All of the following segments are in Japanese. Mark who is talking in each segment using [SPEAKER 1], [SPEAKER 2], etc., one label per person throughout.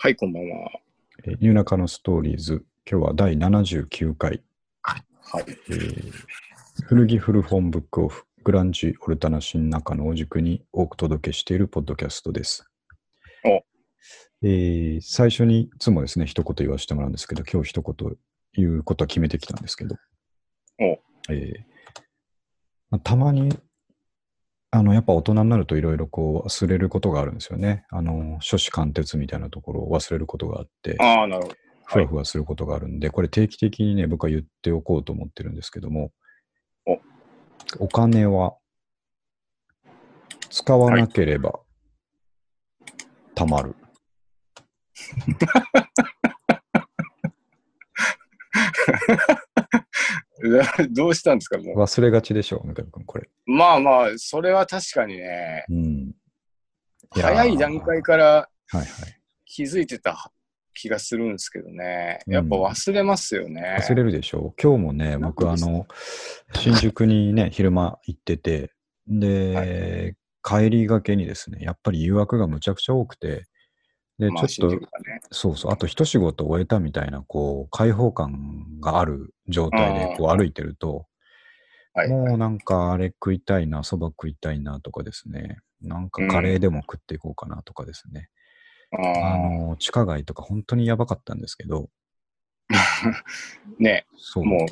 [SPEAKER 1] はい、こんばんは。
[SPEAKER 2] えー、ゆなかのストーリーズ、今日は第79回、
[SPEAKER 1] はい。
[SPEAKER 2] えー古着古本ブックオフ、グランジオルタナ新中野を軸に多く届けしているポッドキャストです。
[SPEAKER 1] お
[SPEAKER 2] えー最初にいつもですね、一言言わせてもらうんですけど、今日一言言うことは決めてきたんですけど、
[SPEAKER 1] お
[SPEAKER 2] えーまあたまにあのやっぱ大人になるといろいろこう忘れることがあるんですよね。あの書士貫徹みたいなところを忘れることがあって。
[SPEAKER 1] ああ、なるほど。
[SPEAKER 2] ふわふわすることがあるんで、これ定期的にね、僕は言っておこうと思ってるんですけども、
[SPEAKER 1] お
[SPEAKER 2] お金は使わなければ貯まる。
[SPEAKER 1] ど うしたんですか、もう。
[SPEAKER 2] 忘れがちでしょう、向井君、これ。
[SPEAKER 1] まあまあ、それは確かにね、
[SPEAKER 2] うん。やー
[SPEAKER 1] 早い段階から
[SPEAKER 2] はいはい。
[SPEAKER 1] 気づいてた気がするんですけどね。
[SPEAKER 2] うん
[SPEAKER 1] やっぱ忘れますよね。
[SPEAKER 2] 忘れるでしょう。今日もね、僕、あの、新宿にね、昼間行ってて、で、帰りがけにですね、やっぱり誘惑がむちゃくちゃ多くて、で、
[SPEAKER 1] まあ、
[SPEAKER 2] ちょっと
[SPEAKER 1] 信じるかね
[SPEAKER 2] そうそう、あと一仕事終えたみたいな、こう、解放感がある状態
[SPEAKER 1] う
[SPEAKER 2] で
[SPEAKER 1] ん
[SPEAKER 2] こう歩いてると、
[SPEAKER 1] はい
[SPEAKER 2] もうなんかあれ食いたいな、そば食いたいなとかですね、なんかカレーでも食っていこうかなとかですね、あ
[SPEAKER 1] あ
[SPEAKER 2] の、地下街とか本当にやばかったんですけど、
[SPEAKER 1] ーね、
[SPEAKER 2] そう、
[SPEAKER 1] もう、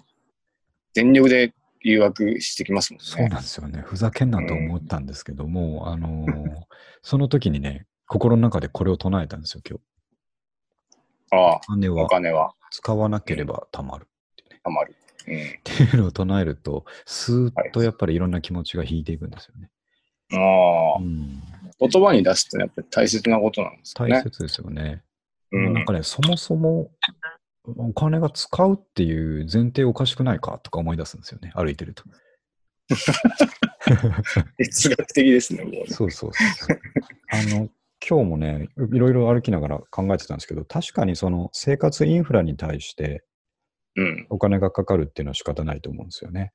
[SPEAKER 1] 全力で誘惑してきますも
[SPEAKER 2] そうん
[SPEAKER 1] ね。
[SPEAKER 2] なんですよね、ふざけんなと思ったんですけども、あのー、その時にね、心の中でこれを唱えたんですよ、今日。
[SPEAKER 1] ああ、
[SPEAKER 2] お金
[SPEAKER 1] お
[SPEAKER 2] は
[SPEAKER 1] 金は
[SPEAKER 2] 使わなければ貯まる。
[SPEAKER 1] 貯まる。うん
[SPEAKER 2] っていうのを唱えると、スーッとやっぱりいろんな気持ちが引いていくんですよね。
[SPEAKER 1] あ
[SPEAKER 2] うん、
[SPEAKER 1] あ、言葉に出すってのはやっぱり大切なことなんですよ
[SPEAKER 2] 大
[SPEAKER 1] ね。
[SPEAKER 2] 切ですよね。
[SPEAKER 1] うん
[SPEAKER 2] なんかね、そもそもお金が使うっていう前提おかしくないかとか思い出すんですよね、歩いて ると。
[SPEAKER 1] 哲学的ですね、もうね。
[SPEAKER 2] そうそうそう。あの今日もね、いろいろ歩きながら考えてたんですけど、確かにその生活インフラに対して
[SPEAKER 1] うん。
[SPEAKER 2] お金がかかるっていうのは仕方ないと思うんですよね。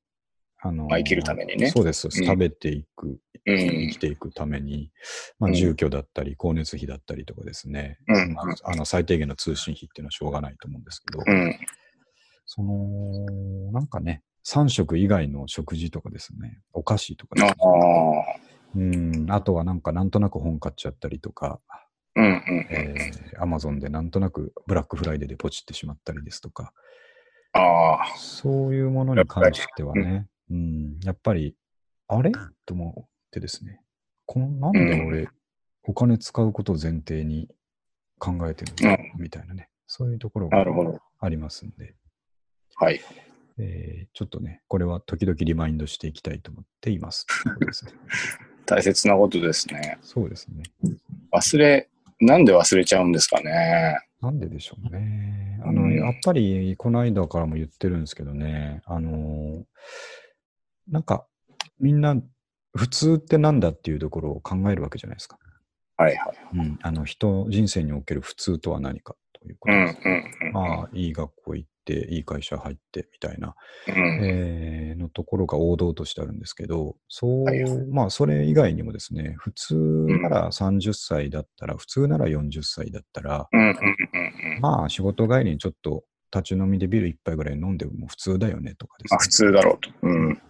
[SPEAKER 2] あの
[SPEAKER 1] まあ生きるためにね
[SPEAKER 2] そうです、そうです
[SPEAKER 1] うん
[SPEAKER 2] 食べていく、
[SPEAKER 1] う
[SPEAKER 2] 生
[SPEAKER 1] ん
[SPEAKER 2] き。ていくために、ま
[SPEAKER 1] う
[SPEAKER 2] あ、
[SPEAKER 1] ん
[SPEAKER 2] 住居だったり、光熱費だったりとかですね、
[SPEAKER 1] うん
[SPEAKER 2] まああの最低限の通信費っていうのはしょうがないと思うんですけど、
[SPEAKER 1] うん。
[SPEAKER 2] その、なんかね、3食以外の食事とかですね、お菓子とか、
[SPEAKER 1] あ
[SPEAKER 2] ね
[SPEAKER 1] あ、。
[SPEAKER 2] うん、あとはなんかなんとなく本買っちゃったりとか、
[SPEAKER 1] うんうん。
[SPEAKER 2] えー、Amazon でなんとなくブラックフライデーでポチってしまったりですとか、
[SPEAKER 1] ああ、
[SPEAKER 2] そういうものに関してはね、うん、やっぱり、あれと思ってですね、このなんで俺、お金使うことを前提に考えてるのか、みたいなね、そういうところ
[SPEAKER 1] な
[SPEAKER 2] が
[SPEAKER 1] るほど。
[SPEAKER 2] ありますんで、
[SPEAKER 1] はい。
[SPEAKER 2] えーちょっとね、これは時々リマインドしていきたいと思っています。そうですね。
[SPEAKER 1] 大切なことですね。
[SPEAKER 2] そうですね
[SPEAKER 1] 忘れ、なんで忘れちゃうんですかね。
[SPEAKER 2] なんででしょうね。あの、
[SPEAKER 1] うん
[SPEAKER 2] やっぱり、この間からも言ってるんですけどね、あの、なんか、みんな、普通ってなんだっていうところを考えるわけじゃないですか。
[SPEAKER 1] はいはい。
[SPEAKER 2] うん。あの、人、人生における普通とは何かというこ
[SPEAKER 1] う
[SPEAKER 2] と
[SPEAKER 1] ん
[SPEAKER 2] です。まあ、いい学校行って、いい会社入って、みたいな、
[SPEAKER 1] うんうん。うん
[SPEAKER 2] えーのところが王道としてあるんですけど、そう、
[SPEAKER 1] はいは
[SPEAKER 2] まあ、それ以外にもですね、普通なら30歳だったら、普通なら40歳だったら、
[SPEAKER 1] うんうんうんうん。
[SPEAKER 2] まあ仕事帰りにちょっと立ち飲みでビール一杯ぐらい飲んでも普通だよねとかです
[SPEAKER 1] ま
[SPEAKER 2] ね。
[SPEAKER 1] あ普通だろうと。うん。うん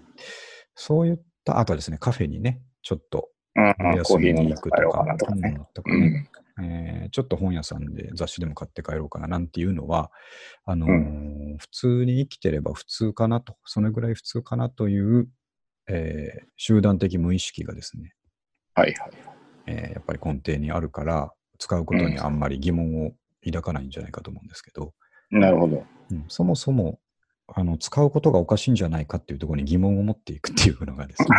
[SPEAKER 2] そういった、あとはですね、カフェにね、ちょっと
[SPEAKER 1] うんコーヒー飲ん
[SPEAKER 2] に
[SPEAKER 1] で
[SPEAKER 2] 行く
[SPEAKER 1] 帰
[SPEAKER 2] と
[SPEAKER 1] ろうか
[SPEAKER 2] か、
[SPEAKER 1] なとかね。
[SPEAKER 2] うんとか
[SPEAKER 1] う
[SPEAKER 2] ね
[SPEAKER 1] ん。
[SPEAKER 2] えーちょっと本屋さんで雑誌でも買って帰ろうかななんていうのは、あのー普通に生きてれば普通かなと、そのぐらい普通かなという、えー集団的無意識がですね、
[SPEAKER 1] はいはい。
[SPEAKER 2] えーやっぱり根底にあるから、使うことにあんまり疑問を抱かないんじゃないかと思うんですけど、
[SPEAKER 1] なるほど。
[SPEAKER 2] うんそもそもあの使うことがおかしいんじゃないかっていうところに疑問を持っていくっていうのがですね。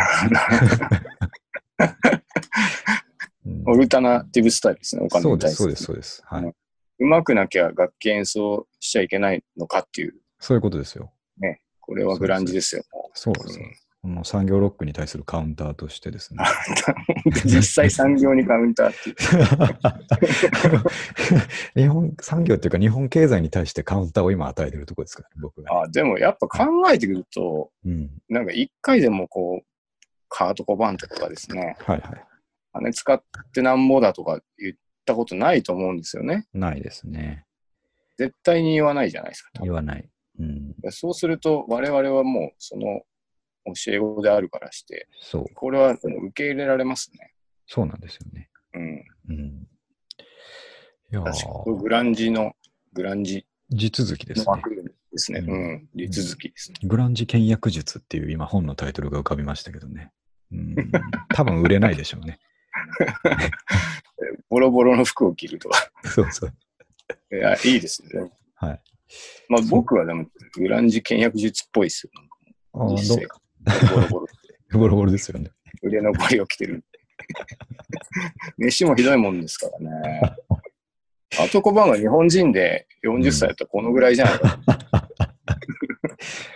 [SPEAKER 2] うん
[SPEAKER 1] オルタナティブスタイルですね、お金
[SPEAKER 2] そう
[SPEAKER 1] に
[SPEAKER 2] で
[SPEAKER 1] 対
[SPEAKER 2] す、
[SPEAKER 1] して。
[SPEAKER 2] そうです、そうです。は
[SPEAKER 1] うん
[SPEAKER 2] い。
[SPEAKER 1] うまくなきゃ楽器演奏しちゃいけないのかっていう、
[SPEAKER 2] そういうことですよ。
[SPEAKER 1] これはグランジですよ。
[SPEAKER 2] そうです。この産業ロックに対するカウンターとしてですね。
[SPEAKER 1] 実際産業にカウンターって いう。
[SPEAKER 2] 日本産業っていうか日本経済に対してカウンターを今与えてるところですからね、僕が。
[SPEAKER 1] あでもやっぱ考えてくると、
[SPEAKER 2] うん。
[SPEAKER 1] なんか一回でもこう、カートコバンとかですね、
[SPEAKER 2] はいはい。
[SPEAKER 1] 金使ってなんぼだとか言っったことないと思うんですよね。
[SPEAKER 2] ないですね。
[SPEAKER 1] 絶対に言わないじゃないですか。多分
[SPEAKER 2] 言わない。うん。
[SPEAKER 1] そうすると、我々はもう、その、教え子であるからして、
[SPEAKER 2] そう。
[SPEAKER 1] これはもう受け入れられますね。
[SPEAKER 2] そうなんですよね。
[SPEAKER 1] うん。
[SPEAKER 2] うん。いやー
[SPEAKER 1] 確かにこれグランジの、グランジ
[SPEAKER 2] 地続きです
[SPEAKER 1] の
[SPEAKER 2] ね
[SPEAKER 1] 枠。組みですね。
[SPEAKER 2] うん
[SPEAKER 1] うん。地続きですね。
[SPEAKER 2] グランジ倹約術っていう今本のタイトルが浮かびましたけどね。うん、多分売れないでしょう ね。
[SPEAKER 1] ボロボロの服を着るとか。
[SPEAKER 2] そうそう。
[SPEAKER 1] いや、いいですね。
[SPEAKER 2] はい。
[SPEAKER 1] まあ
[SPEAKER 2] そう
[SPEAKER 1] 僕はでも、グランジ倹約術っぽいですよ。
[SPEAKER 2] あー
[SPEAKER 1] 実生活ボロボロ。
[SPEAKER 2] どボロボロですよね。
[SPEAKER 1] 売れ残りを着てる。飯もひどいもんですからね。あと小判が日本人で40歳だったらこのぐらいじゃないか。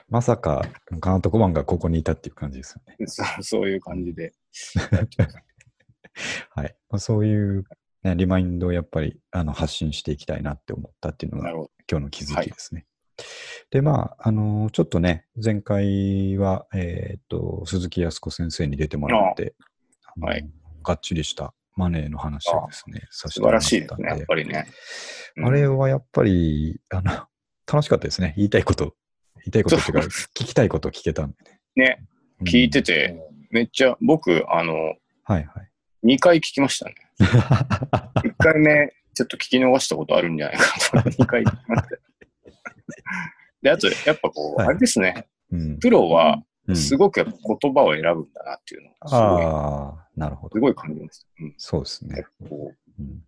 [SPEAKER 2] まさか、カナトコバンがここにいたっていう感じですよね。
[SPEAKER 1] そう そういう感じで。
[SPEAKER 2] はい。まあ、そういう、ね、リマインドをやっぱりあの発信していきたいなって思ったっていうの
[SPEAKER 1] な
[SPEAKER 2] が
[SPEAKER 1] るほど。
[SPEAKER 2] 今日の気づきですね。で、まあ、あのちょっとね、前回は、えーっと、鈴木康子先生に出てもらって、あの
[SPEAKER 1] はい
[SPEAKER 2] がっちりしたマネーの話をですね、させて
[SPEAKER 1] 素
[SPEAKER 2] もら
[SPEAKER 1] 晴ら
[SPEAKER 2] った
[SPEAKER 1] しいですね、や
[SPEAKER 2] ん
[SPEAKER 1] っ
[SPEAKER 2] で
[SPEAKER 1] ぱりね。うん
[SPEAKER 2] あれはやっぱり、あの、楽しかったですね。言いたいこと、言いたいことっていうか、
[SPEAKER 1] そう
[SPEAKER 2] 聞きたいことを聞けたんでね。
[SPEAKER 1] ね、
[SPEAKER 2] うん
[SPEAKER 1] 聞いてて、めっちゃ、僕、あの、
[SPEAKER 2] はいはい。
[SPEAKER 1] 2回聞きましたね。1回目、ちょっと聞き逃したことあるんじゃない かと。2回聞きました。で、あと、やっぱこう、
[SPEAKER 2] はい
[SPEAKER 1] あれですね、
[SPEAKER 2] うん
[SPEAKER 1] プロは、
[SPEAKER 2] うん
[SPEAKER 1] すごくやっぱ言葉を選ぶんだなっていうのをすごい、
[SPEAKER 2] ああ、なるほ
[SPEAKER 1] す
[SPEAKER 2] ど。
[SPEAKER 1] ごい感じました。うん
[SPEAKER 2] そうですね。
[SPEAKER 1] こう
[SPEAKER 2] うん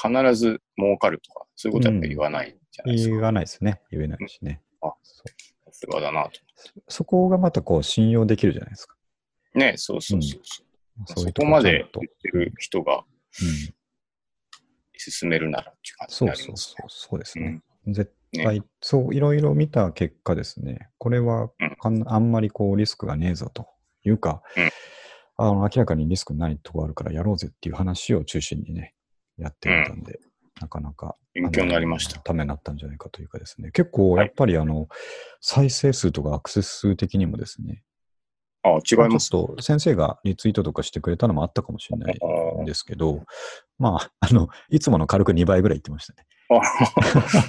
[SPEAKER 1] 必ず儲かるとか、そういうことはやっぱ言わないじゃないですか。
[SPEAKER 2] 言わないですね。言えないしね。
[SPEAKER 1] うんあ
[SPEAKER 2] そ
[SPEAKER 1] さすがだなと。
[SPEAKER 2] うそこがまたこう信用できるじゃないですか。
[SPEAKER 1] ね、そうそうそうそう。
[SPEAKER 2] そうい
[SPEAKER 1] そう
[SPEAKER 2] と
[SPEAKER 1] こ
[SPEAKER 2] こ
[SPEAKER 1] ま
[SPEAKER 2] ちゃ
[SPEAKER 1] で
[SPEAKER 2] んと
[SPEAKER 1] 言ってる人が
[SPEAKER 2] うん
[SPEAKER 1] 進めるならっていう感じ
[SPEAKER 2] そう
[SPEAKER 1] になり
[SPEAKER 2] そう
[SPEAKER 1] ます
[SPEAKER 2] そう、そうです
[SPEAKER 1] ね。
[SPEAKER 2] ね。絶
[SPEAKER 1] ね
[SPEAKER 2] 対、そう、いろいろ見た結果ですね、これは
[SPEAKER 1] うん
[SPEAKER 2] かんあんまりこうリスクがねえぞというか、
[SPEAKER 1] うん
[SPEAKER 2] あの明らかにリスクないとこあるからやろうぜっていう話を中心にね、やってみたんで、なかなか。
[SPEAKER 1] 勉強になりまし
[SPEAKER 2] あ
[SPEAKER 1] た
[SPEAKER 2] の。ためになったんじゃないかというかですね、結構
[SPEAKER 1] は
[SPEAKER 2] や
[SPEAKER 1] い
[SPEAKER 2] っぱりあの、再生数とかアクセス数的にもですね、
[SPEAKER 1] あ、違います。
[SPEAKER 2] ちょっと先生がリツイートとかしてくれたのもあったかもしれないんですけど、まあ、あの、いつもの軽く2倍ぐらい言ってましたね。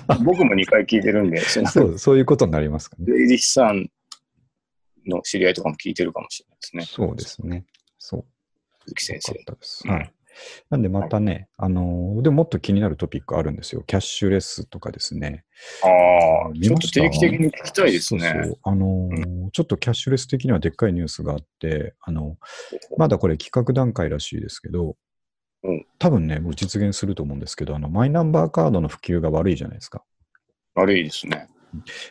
[SPEAKER 1] あ僕も2回聞いてるんで、その
[SPEAKER 2] そう、そういうことになりますかね。
[SPEAKER 1] 税理士さんの知り合いとかも聞いてるかもしれないですね。
[SPEAKER 2] そうですね。そう。
[SPEAKER 1] 鈴木先
[SPEAKER 2] よ
[SPEAKER 1] 生。
[SPEAKER 2] かったです。
[SPEAKER 1] うん
[SPEAKER 2] はい。なんでまたね、あのーでももっと気になるトピックあるんですよ。キャッシュレスとかですね。
[SPEAKER 1] ああ、
[SPEAKER 2] 見
[SPEAKER 1] ちょっ
[SPEAKER 2] ま
[SPEAKER 1] と
[SPEAKER 2] した
[SPEAKER 1] 定期的に聞きたいですね。
[SPEAKER 2] そうそうあのーちょっとキャッシュレス的にはでっかいニュースがあって、あの、まだこれ企画段階らしいですけど
[SPEAKER 1] うん、
[SPEAKER 2] 多分ね、もう実現すると思うんですけど、あの、マイナンバーカードの普及が悪いじゃないですか。
[SPEAKER 1] 悪いですね。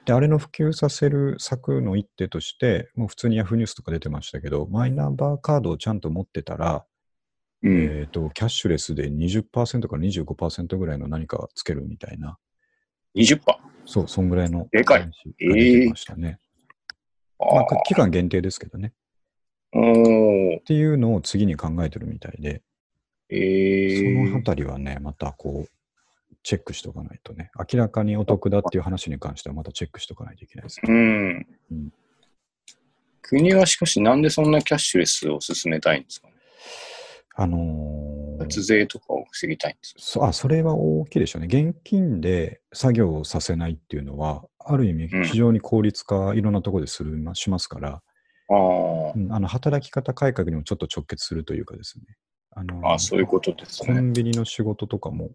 [SPEAKER 2] で、あれの普及させる策の一手として、もう普通にヤフーニュースとか出てましたけど、マイナンバーカードをちゃんと持ってたら、
[SPEAKER 1] うん。
[SPEAKER 2] えー、とキャッシュレスで20%から25%ぐらいの何かつけるみたいな、
[SPEAKER 1] 20%。
[SPEAKER 2] そう、そんぐらいの
[SPEAKER 1] でかい
[SPEAKER 2] 話が出てましたね。
[SPEAKER 1] あ
[SPEAKER 2] ま
[SPEAKER 1] あ
[SPEAKER 2] あ、、期間限定ですけどね。
[SPEAKER 1] おー
[SPEAKER 2] っていうのを次に考えてるみたいで、
[SPEAKER 1] え
[SPEAKER 2] その
[SPEAKER 1] ー
[SPEAKER 2] あ、たりはね、またこう、チェックしておかないとね、明らかにお得だっていう話に関しては、またチェックしておかないといけないですね。
[SPEAKER 1] うん
[SPEAKER 2] うん。
[SPEAKER 1] 国はしかし、なんでそんなキャッシュレスを進めたいんですかね。
[SPEAKER 2] あのー
[SPEAKER 1] 脱税とかを防ぎたいんですか。
[SPEAKER 2] そあそれは大きいでしょうね。現金で作業をさせないっていうのは、ある意味
[SPEAKER 1] うん、
[SPEAKER 2] 非常に効率化、いろんなところでするましますから、
[SPEAKER 1] あ
[SPEAKER 2] うんあの働き方改革にもちょっと直結するというかですね。あの
[SPEAKER 1] あ、ああそういうことです
[SPEAKER 2] コ
[SPEAKER 1] ね。
[SPEAKER 2] ンビニの仕事とかも、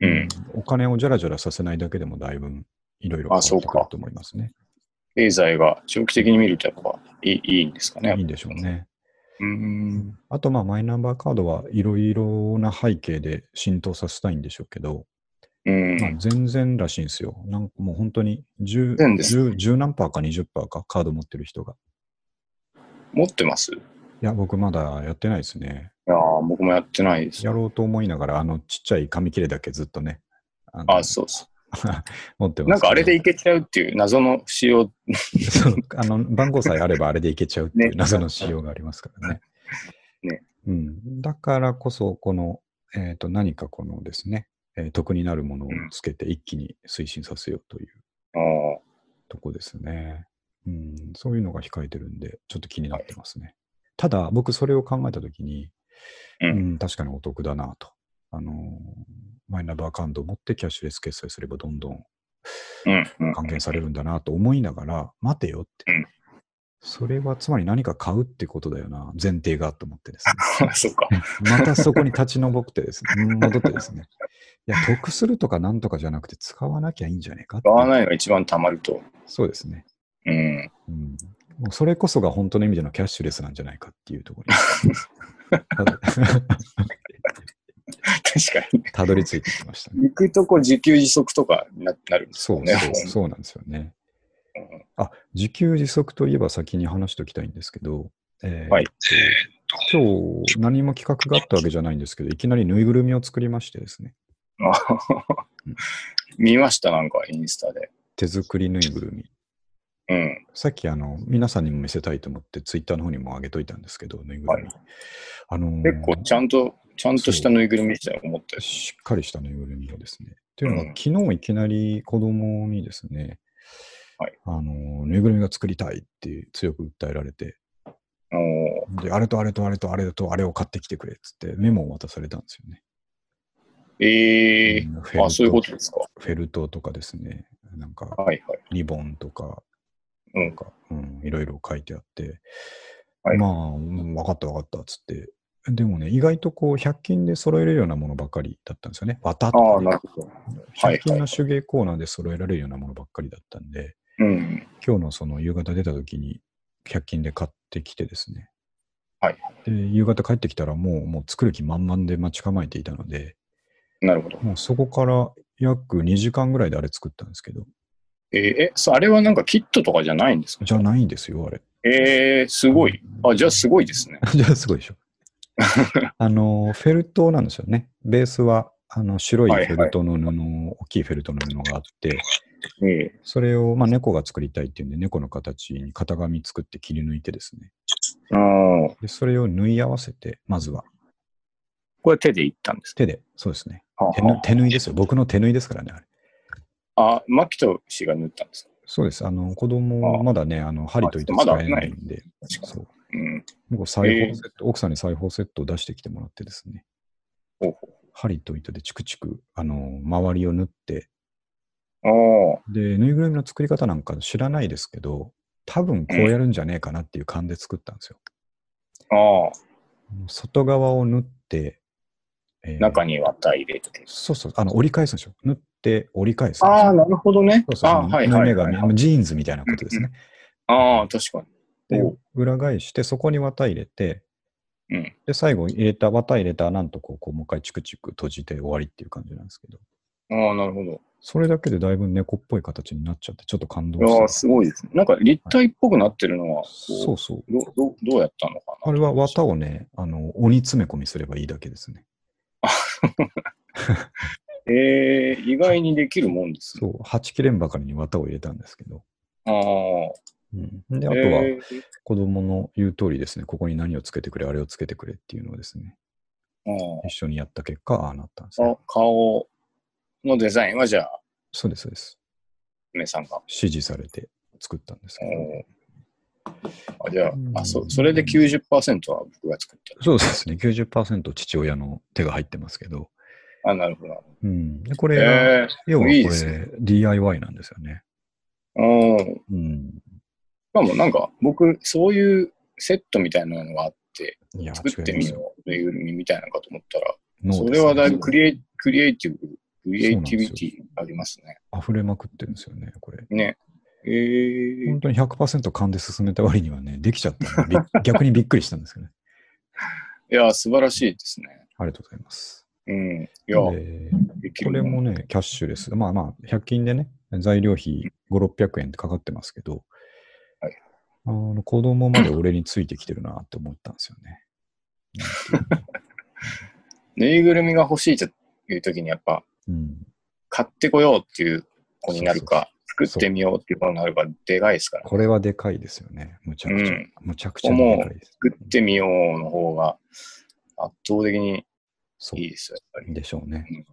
[SPEAKER 1] うん。
[SPEAKER 2] お金をじゃらじゃらさせないだけでもだいぶいろいろ変わ
[SPEAKER 1] あ
[SPEAKER 2] って
[SPEAKER 1] そうか
[SPEAKER 2] くると思いますね。
[SPEAKER 1] 経済が長期的に見るとやっぱいいいいんですかね。
[SPEAKER 2] いいんでしょう。ね。
[SPEAKER 1] うん。
[SPEAKER 2] あと、まあ、マイナンバーカードはいろいろな背景で浸透させたいんでしょうけど、
[SPEAKER 1] う
[SPEAKER 2] まあ
[SPEAKER 1] ん。
[SPEAKER 2] 全然らしいんですよ。なんかもう本当に10
[SPEAKER 1] 全然です
[SPEAKER 2] 10 10何パーか20パーかカード持ってる人が。
[SPEAKER 1] 持ってますい
[SPEAKER 2] いや、僕まだやってないですね。
[SPEAKER 1] やー僕もやってないです。
[SPEAKER 2] やろうと思いながら、あのちっちゃい紙切れだけずっとね、あの
[SPEAKER 1] あ、そうそ
[SPEAKER 2] 持ってますけど。
[SPEAKER 1] う。なんかあれでいけちゃうっていう謎の仕様。
[SPEAKER 2] そうあの番号さえあればあれでいけちゃうってい
[SPEAKER 1] ね
[SPEAKER 2] う謎の仕様がありますからね。
[SPEAKER 1] ね
[SPEAKER 2] うん、だからこそ、この、えー、と何かこのですね、えー得になるものをつけて一気に推進させようという
[SPEAKER 1] あー
[SPEAKER 2] とこですね。うん、そういうのが控えてるんで、ちょっと気になってますね。ただ、僕それを考えたときに、
[SPEAKER 1] うん
[SPEAKER 2] うん、確かにお得だなとあの、マイナンバーカードを持ってキャッシュレス決済すればどんどん
[SPEAKER 1] うんうん
[SPEAKER 2] 還元されるんだなと思いながら、待てよって
[SPEAKER 1] うん。
[SPEAKER 2] それはつまり何か買うってことだよな、前提がと思ってですね。
[SPEAKER 1] そっか。
[SPEAKER 2] またそこに立ち上ってですね、戻ってですね、いや、得するとかなんとかじゃなくて使わなきゃいいんじゃねえかって
[SPEAKER 1] 使わないが一番たまると。
[SPEAKER 2] そうですね。
[SPEAKER 1] うん。
[SPEAKER 2] うん、もうそれこそが本当の意味でのキャッシュレスなんじゃないかっていうところに
[SPEAKER 1] 確か に。
[SPEAKER 2] たどり着いてきましたね。
[SPEAKER 1] 行くとこ自給自足とかにななるんです
[SPEAKER 2] そ
[SPEAKER 1] よ
[SPEAKER 2] う
[SPEAKER 1] ね。
[SPEAKER 2] そう、そうなんですよね。あ、自給自足といえば先に話しておきたいんですけど、えー
[SPEAKER 1] はい
[SPEAKER 2] 今日何も企画があったわけじゃないんですけど、いきなりぬいぐるみを作りましてですね、
[SPEAKER 1] あ 見ました、なんか、インスタで。
[SPEAKER 2] 手作りぬいぐるみ。
[SPEAKER 1] うん。
[SPEAKER 2] さっきあの皆さんにも見せたいと思って、ツイッターの方にも上げといたんですけど、ぬいぐるみ。
[SPEAKER 1] はい
[SPEAKER 2] あのー
[SPEAKER 1] 結構、ちゃんと、ちゃんとしたぬいぐるみみたいな思ったよ
[SPEAKER 2] しっかりしたぬいぐるみをですね。というのが、
[SPEAKER 1] うん
[SPEAKER 2] 昨日いきなり子供にですね、
[SPEAKER 1] はい
[SPEAKER 2] あのぬいぐるみが作りたいって強く訴えられて、
[SPEAKER 1] おー
[SPEAKER 2] であれとあれとあれとあれとあれを買ってきてくれっつってメモを渡されたんですよね。
[SPEAKER 1] ええ
[SPEAKER 2] うんフェル
[SPEAKER 1] ー。
[SPEAKER 2] ト
[SPEAKER 1] あ、そういうことですか。
[SPEAKER 2] フェルトとかですね、なんか
[SPEAKER 1] はいはい。
[SPEAKER 2] リボンとか、
[SPEAKER 1] うん
[SPEAKER 2] なんか、うん、いろいろ書いてあって、
[SPEAKER 1] はい
[SPEAKER 2] まあ、うん分かった分かったっつって、でもね、意外とこう、100均で揃えれるようなものばっかりだったんですよね。綿と
[SPEAKER 1] あ
[SPEAKER 2] か
[SPEAKER 1] あ、
[SPEAKER 2] ね、
[SPEAKER 1] なるほど。はい
[SPEAKER 2] 100均の手芸コーナーで揃えられるようなものばっかりだったんで、
[SPEAKER 1] うん。
[SPEAKER 2] 今日のその夕方出た時に、100均で買ってきてですね。
[SPEAKER 1] はい。
[SPEAKER 2] で、夕方帰ってきたらもう、もう作る気満々で待ち構えていたので、
[SPEAKER 1] なるほど。
[SPEAKER 2] もうそこから約2時間ぐらいであれ作ったんですけど、
[SPEAKER 1] えーえ、そうあれはなんかキットとかじゃないんですか
[SPEAKER 2] じゃないんですよ、あれ。
[SPEAKER 1] ええー、すごい。あ、じゃあすごいですね。
[SPEAKER 2] じゃあすごいでし ょ。あの、フェルトなんですよね。ベースは、あの、白いフ
[SPEAKER 1] はいはい
[SPEAKER 2] ェルトの布、大きいフェルトの布があって、
[SPEAKER 1] ええ
[SPEAKER 2] それを、まあ、猫が作りたいっていうんで、猫の形に型紙作って切り抜いてですね。
[SPEAKER 1] うん。
[SPEAKER 2] で、それを縫い合わせて、まずは
[SPEAKER 1] これ手でいったんです
[SPEAKER 2] 手で、そうですね。
[SPEAKER 1] か
[SPEAKER 2] 手ぬ手縫いですよ。僕の手縫いですからね、あれ。
[SPEAKER 1] あ、マキト氏が縫ったんですか
[SPEAKER 2] そうです。あの、子供
[SPEAKER 1] あ
[SPEAKER 2] はまだね、あの、針と糸
[SPEAKER 1] あまだ
[SPEAKER 2] 使えないんで、
[SPEAKER 1] 確か
[SPEAKER 2] そう。
[SPEAKER 1] に。うん。
[SPEAKER 2] 僕、裁
[SPEAKER 1] え
[SPEAKER 2] 縫
[SPEAKER 1] ー
[SPEAKER 2] セット、奥さんに裁縫セットを出してきてもらってですね。
[SPEAKER 1] ほうほ
[SPEAKER 2] 針と糸でチクチク、あの、周りを縫って、
[SPEAKER 1] う。おー
[SPEAKER 2] で、ぬいぐるみの作り方なんか知らないですけど、多分こうやるんじゃねえかなっていう勘で作ったんですよ。
[SPEAKER 1] ああ、
[SPEAKER 2] 外側を縫って、えー
[SPEAKER 1] 中に綿入れて。
[SPEAKER 2] そうそう、あの折り返すんですよ。縫って折り返すんですよ。
[SPEAKER 1] ああ、なるほどね
[SPEAKER 2] そう。そう
[SPEAKER 1] あ
[SPEAKER 2] あの
[SPEAKER 1] あ、はいは
[SPEAKER 2] 胸
[SPEAKER 1] い
[SPEAKER 2] が
[SPEAKER 1] はい
[SPEAKER 2] 見、あのジーンズみたいなことですね。
[SPEAKER 1] ああ、確かに。
[SPEAKER 2] で
[SPEAKER 1] おう、
[SPEAKER 2] 裏返して、そこに綿入れて、
[SPEAKER 1] うん。
[SPEAKER 2] で、最後入れた、綿入れたなんとこう、こうもう一回チクチク閉じて終わりっていう感じなんですけど、
[SPEAKER 1] ああ、なるほど。
[SPEAKER 2] それだけでだいぶ猫っぽい形になっちゃって、ちょっと感動
[SPEAKER 1] いやー
[SPEAKER 2] し
[SPEAKER 1] すごいですね。なんか立体っぽくなってるのは、
[SPEAKER 2] た。
[SPEAKER 1] こ
[SPEAKER 2] そうそう。
[SPEAKER 1] うどうどうどうやったのかな。
[SPEAKER 2] あれは綿をね、あの、鬼詰め込みすればいいだけですね。
[SPEAKER 1] えー、意外にできるもんですね。
[SPEAKER 2] そう、はちきれんばかりに綿を入れたんですけど。
[SPEAKER 1] ああ
[SPEAKER 2] うん、で、あ
[SPEAKER 1] ー、
[SPEAKER 2] とは
[SPEAKER 1] えー
[SPEAKER 2] 子供の言う通りですね、ここに何をつけてくれ、あれをつけてくれっていうのをですね、
[SPEAKER 1] あ
[SPEAKER 2] 一緒にやった結果、ああなったんです
[SPEAKER 1] ー
[SPEAKER 2] ね
[SPEAKER 1] あ。顔のデザインはじゃあ、
[SPEAKER 2] そうです、そうです。
[SPEAKER 1] 梅さんが。
[SPEAKER 2] 指示されて作ったんですけど。
[SPEAKER 1] おーあじゃあ、あそそれで90%は僕が作った。
[SPEAKER 2] そうですね、90%父親の手が入ってますけど。
[SPEAKER 1] あ、なるほど。
[SPEAKER 2] うん、でこれが、
[SPEAKER 1] え
[SPEAKER 2] 要はこ
[SPEAKER 1] いいです
[SPEAKER 2] れ、DIY なんですよね。
[SPEAKER 1] ー、うん。
[SPEAKER 2] うん。
[SPEAKER 1] しかもなんか、僕、そういうセットみたいなのがあって、
[SPEAKER 2] いや、
[SPEAKER 1] 作ってみよう、ぬいぐるみみたいなのかと思ったら、
[SPEAKER 2] う
[SPEAKER 1] それはだいぶクリ
[SPEAKER 2] エ
[SPEAKER 1] エイクリエイティブ、クリエイティビティありますね。
[SPEAKER 2] 溢れまくってるんですよね、これ。
[SPEAKER 1] ね。えー
[SPEAKER 2] 本、当に100%勘で進めた割にはね、できちゃったんで、び逆にびっくりしたんですけどね。
[SPEAKER 1] いや、素晴らしいですね。
[SPEAKER 2] ありがとうございます。
[SPEAKER 1] うん。いや、
[SPEAKER 2] で
[SPEAKER 1] でき
[SPEAKER 2] これ
[SPEAKER 1] る
[SPEAKER 2] も
[SPEAKER 1] もん。
[SPEAKER 2] ね、キャッシュレス。まあまあ、100均でね、材料費5、600円ってかかってますけど、
[SPEAKER 1] はい
[SPEAKER 2] あの子供まで俺についてきてるなって思ったんですよね。
[SPEAKER 1] ぬいぐるみが欲しいというときに、やっぱ、
[SPEAKER 2] うん、
[SPEAKER 1] 買ってこようっていう子になるか、
[SPEAKER 2] うそう
[SPEAKER 1] 作ってみようっていう子になるか、でかいですから、
[SPEAKER 2] これはでかいですよね。むちゃくちゃ。
[SPEAKER 1] うん
[SPEAKER 2] むちゃくちゃでかいです。
[SPEAKER 1] 作ってみようの方が、圧倒的に
[SPEAKER 2] そう
[SPEAKER 1] いいですよ、やっぱり。
[SPEAKER 2] でしょうね
[SPEAKER 1] うん。
[SPEAKER 2] うん